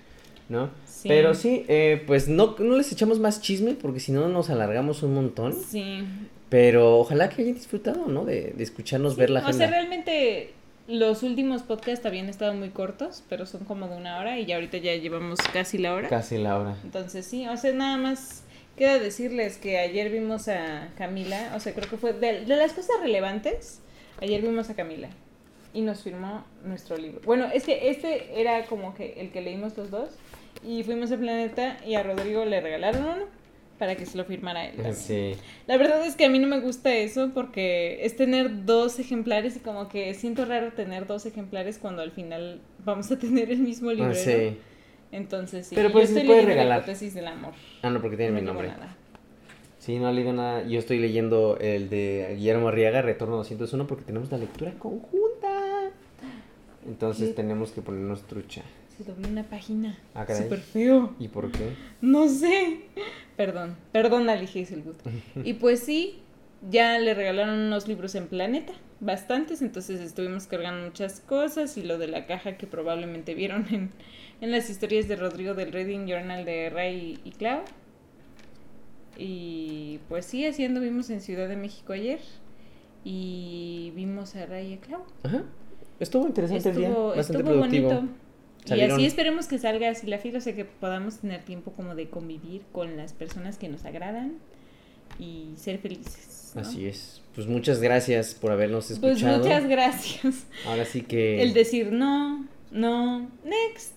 ¿no? Sí. Pero sí, eh, pues no, no les echamos más chisme porque si no nos alargamos un montón. Sí. Pero ojalá que hayan disfrutado, ¿no? De, de escucharnos ver la O sea, agenda. realmente los últimos podcasts habían estado muy cortos, pero son como de una hora y ya ahorita ya llevamos casi la hora. Casi la hora. Entonces sí, o sea, nada más Queda decirles que ayer vimos a Camila, o sea, creo que fue de, de las cosas relevantes, ayer vimos a Camila y nos firmó nuestro libro. Bueno, es que este era como que el que leímos los dos y fuimos al planeta y a Rodrigo le regalaron uno para que se lo firmara él. También. Sí. La verdad es que a mí no me gusta eso porque es tener dos ejemplares y como que siento raro tener dos ejemplares cuando al final vamos a tener el mismo libro. Ah, sí. Entonces, sí, Pero, yo pues, estoy se puede leyendo regalar. la hipótesis del amor. Ah, no, porque tiene No mi llevo nombre. nada. Sí, no ha leído nada. Yo estoy leyendo el de Guillermo Arriaga, Retorno 201, porque tenemos la lectura conjunta. Entonces Sí. tenemos que ponernos trucha. Se dobló una página. Ah, caray. Súper feo. ¿Y por qué? No sé. Perdón, perdón, Alí Hazelwood. Y pues sí, ya le regalaron unos libros en Planeta, bastantes, entonces estuvimos cargando muchas cosas y lo de la caja que probablemente vieron en, en las historias de Rodrigo del Reading Journal de Ray y Clau. Y pues sí, así anduvimos en Ciudad de México ayer y vimos a Ray y a Clau. Ajá. Estuvo interesante el día. Estuvo, Bastante estuvo productivo. bonito. Y Salieron- así esperemos que salga así la fila, o sea que podamos tener tiempo como de convivir con las personas que nos agradan y ser felices. ¿no? Así es. Pues muchas gracias por habernos Pues escuchado. Eh, muchas gracias. Ahora sí que. El decir no, no, next.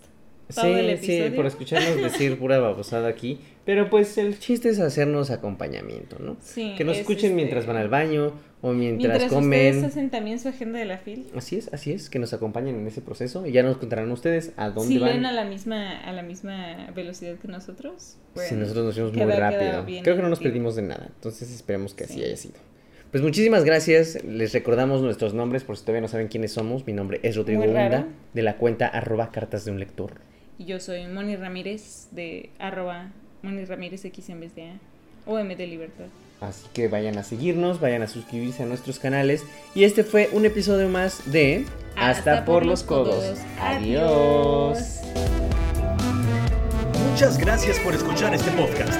Sí, todo el sí, episodio. por escucharnos decir pura babosada aquí. Pero pues el chiste es hacernos acompañamiento, ¿no? Sí, Que nos es, escuchen este, mientras van al baño o mientras, mientras comen. ustedes hacen también su agenda de la fila. Así es, así es, que nos acompañen en ese proceso y ya nos contarán ustedes a dónde Si van. leen a la misma a la misma velocidad que nosotros. si bueno, nosotros nos fuimos muy queda- queda rápido. bien Creo que no nos divertido. perdimos de nada, entonces esperemos que así Sí. haya sido. Pues muchísimas gracias, les recordamos nuestros nombres por si todavía no saben quiénes somos. Mi nombre es Rodrigo Muy raro. Hunda, de la cuenta arroba cartas de un lector. Y yo soy Moni Ramírez de arroba Moni Ramírez X en vez de A. O M de Libertad. Así que vayan a seguirnos, vayan a suscribirse a nuestros canales. Y este fue un episodio más de Hasta, por, los codos. Adiós. Adiós. Muchas gracias por escuchar este podcast.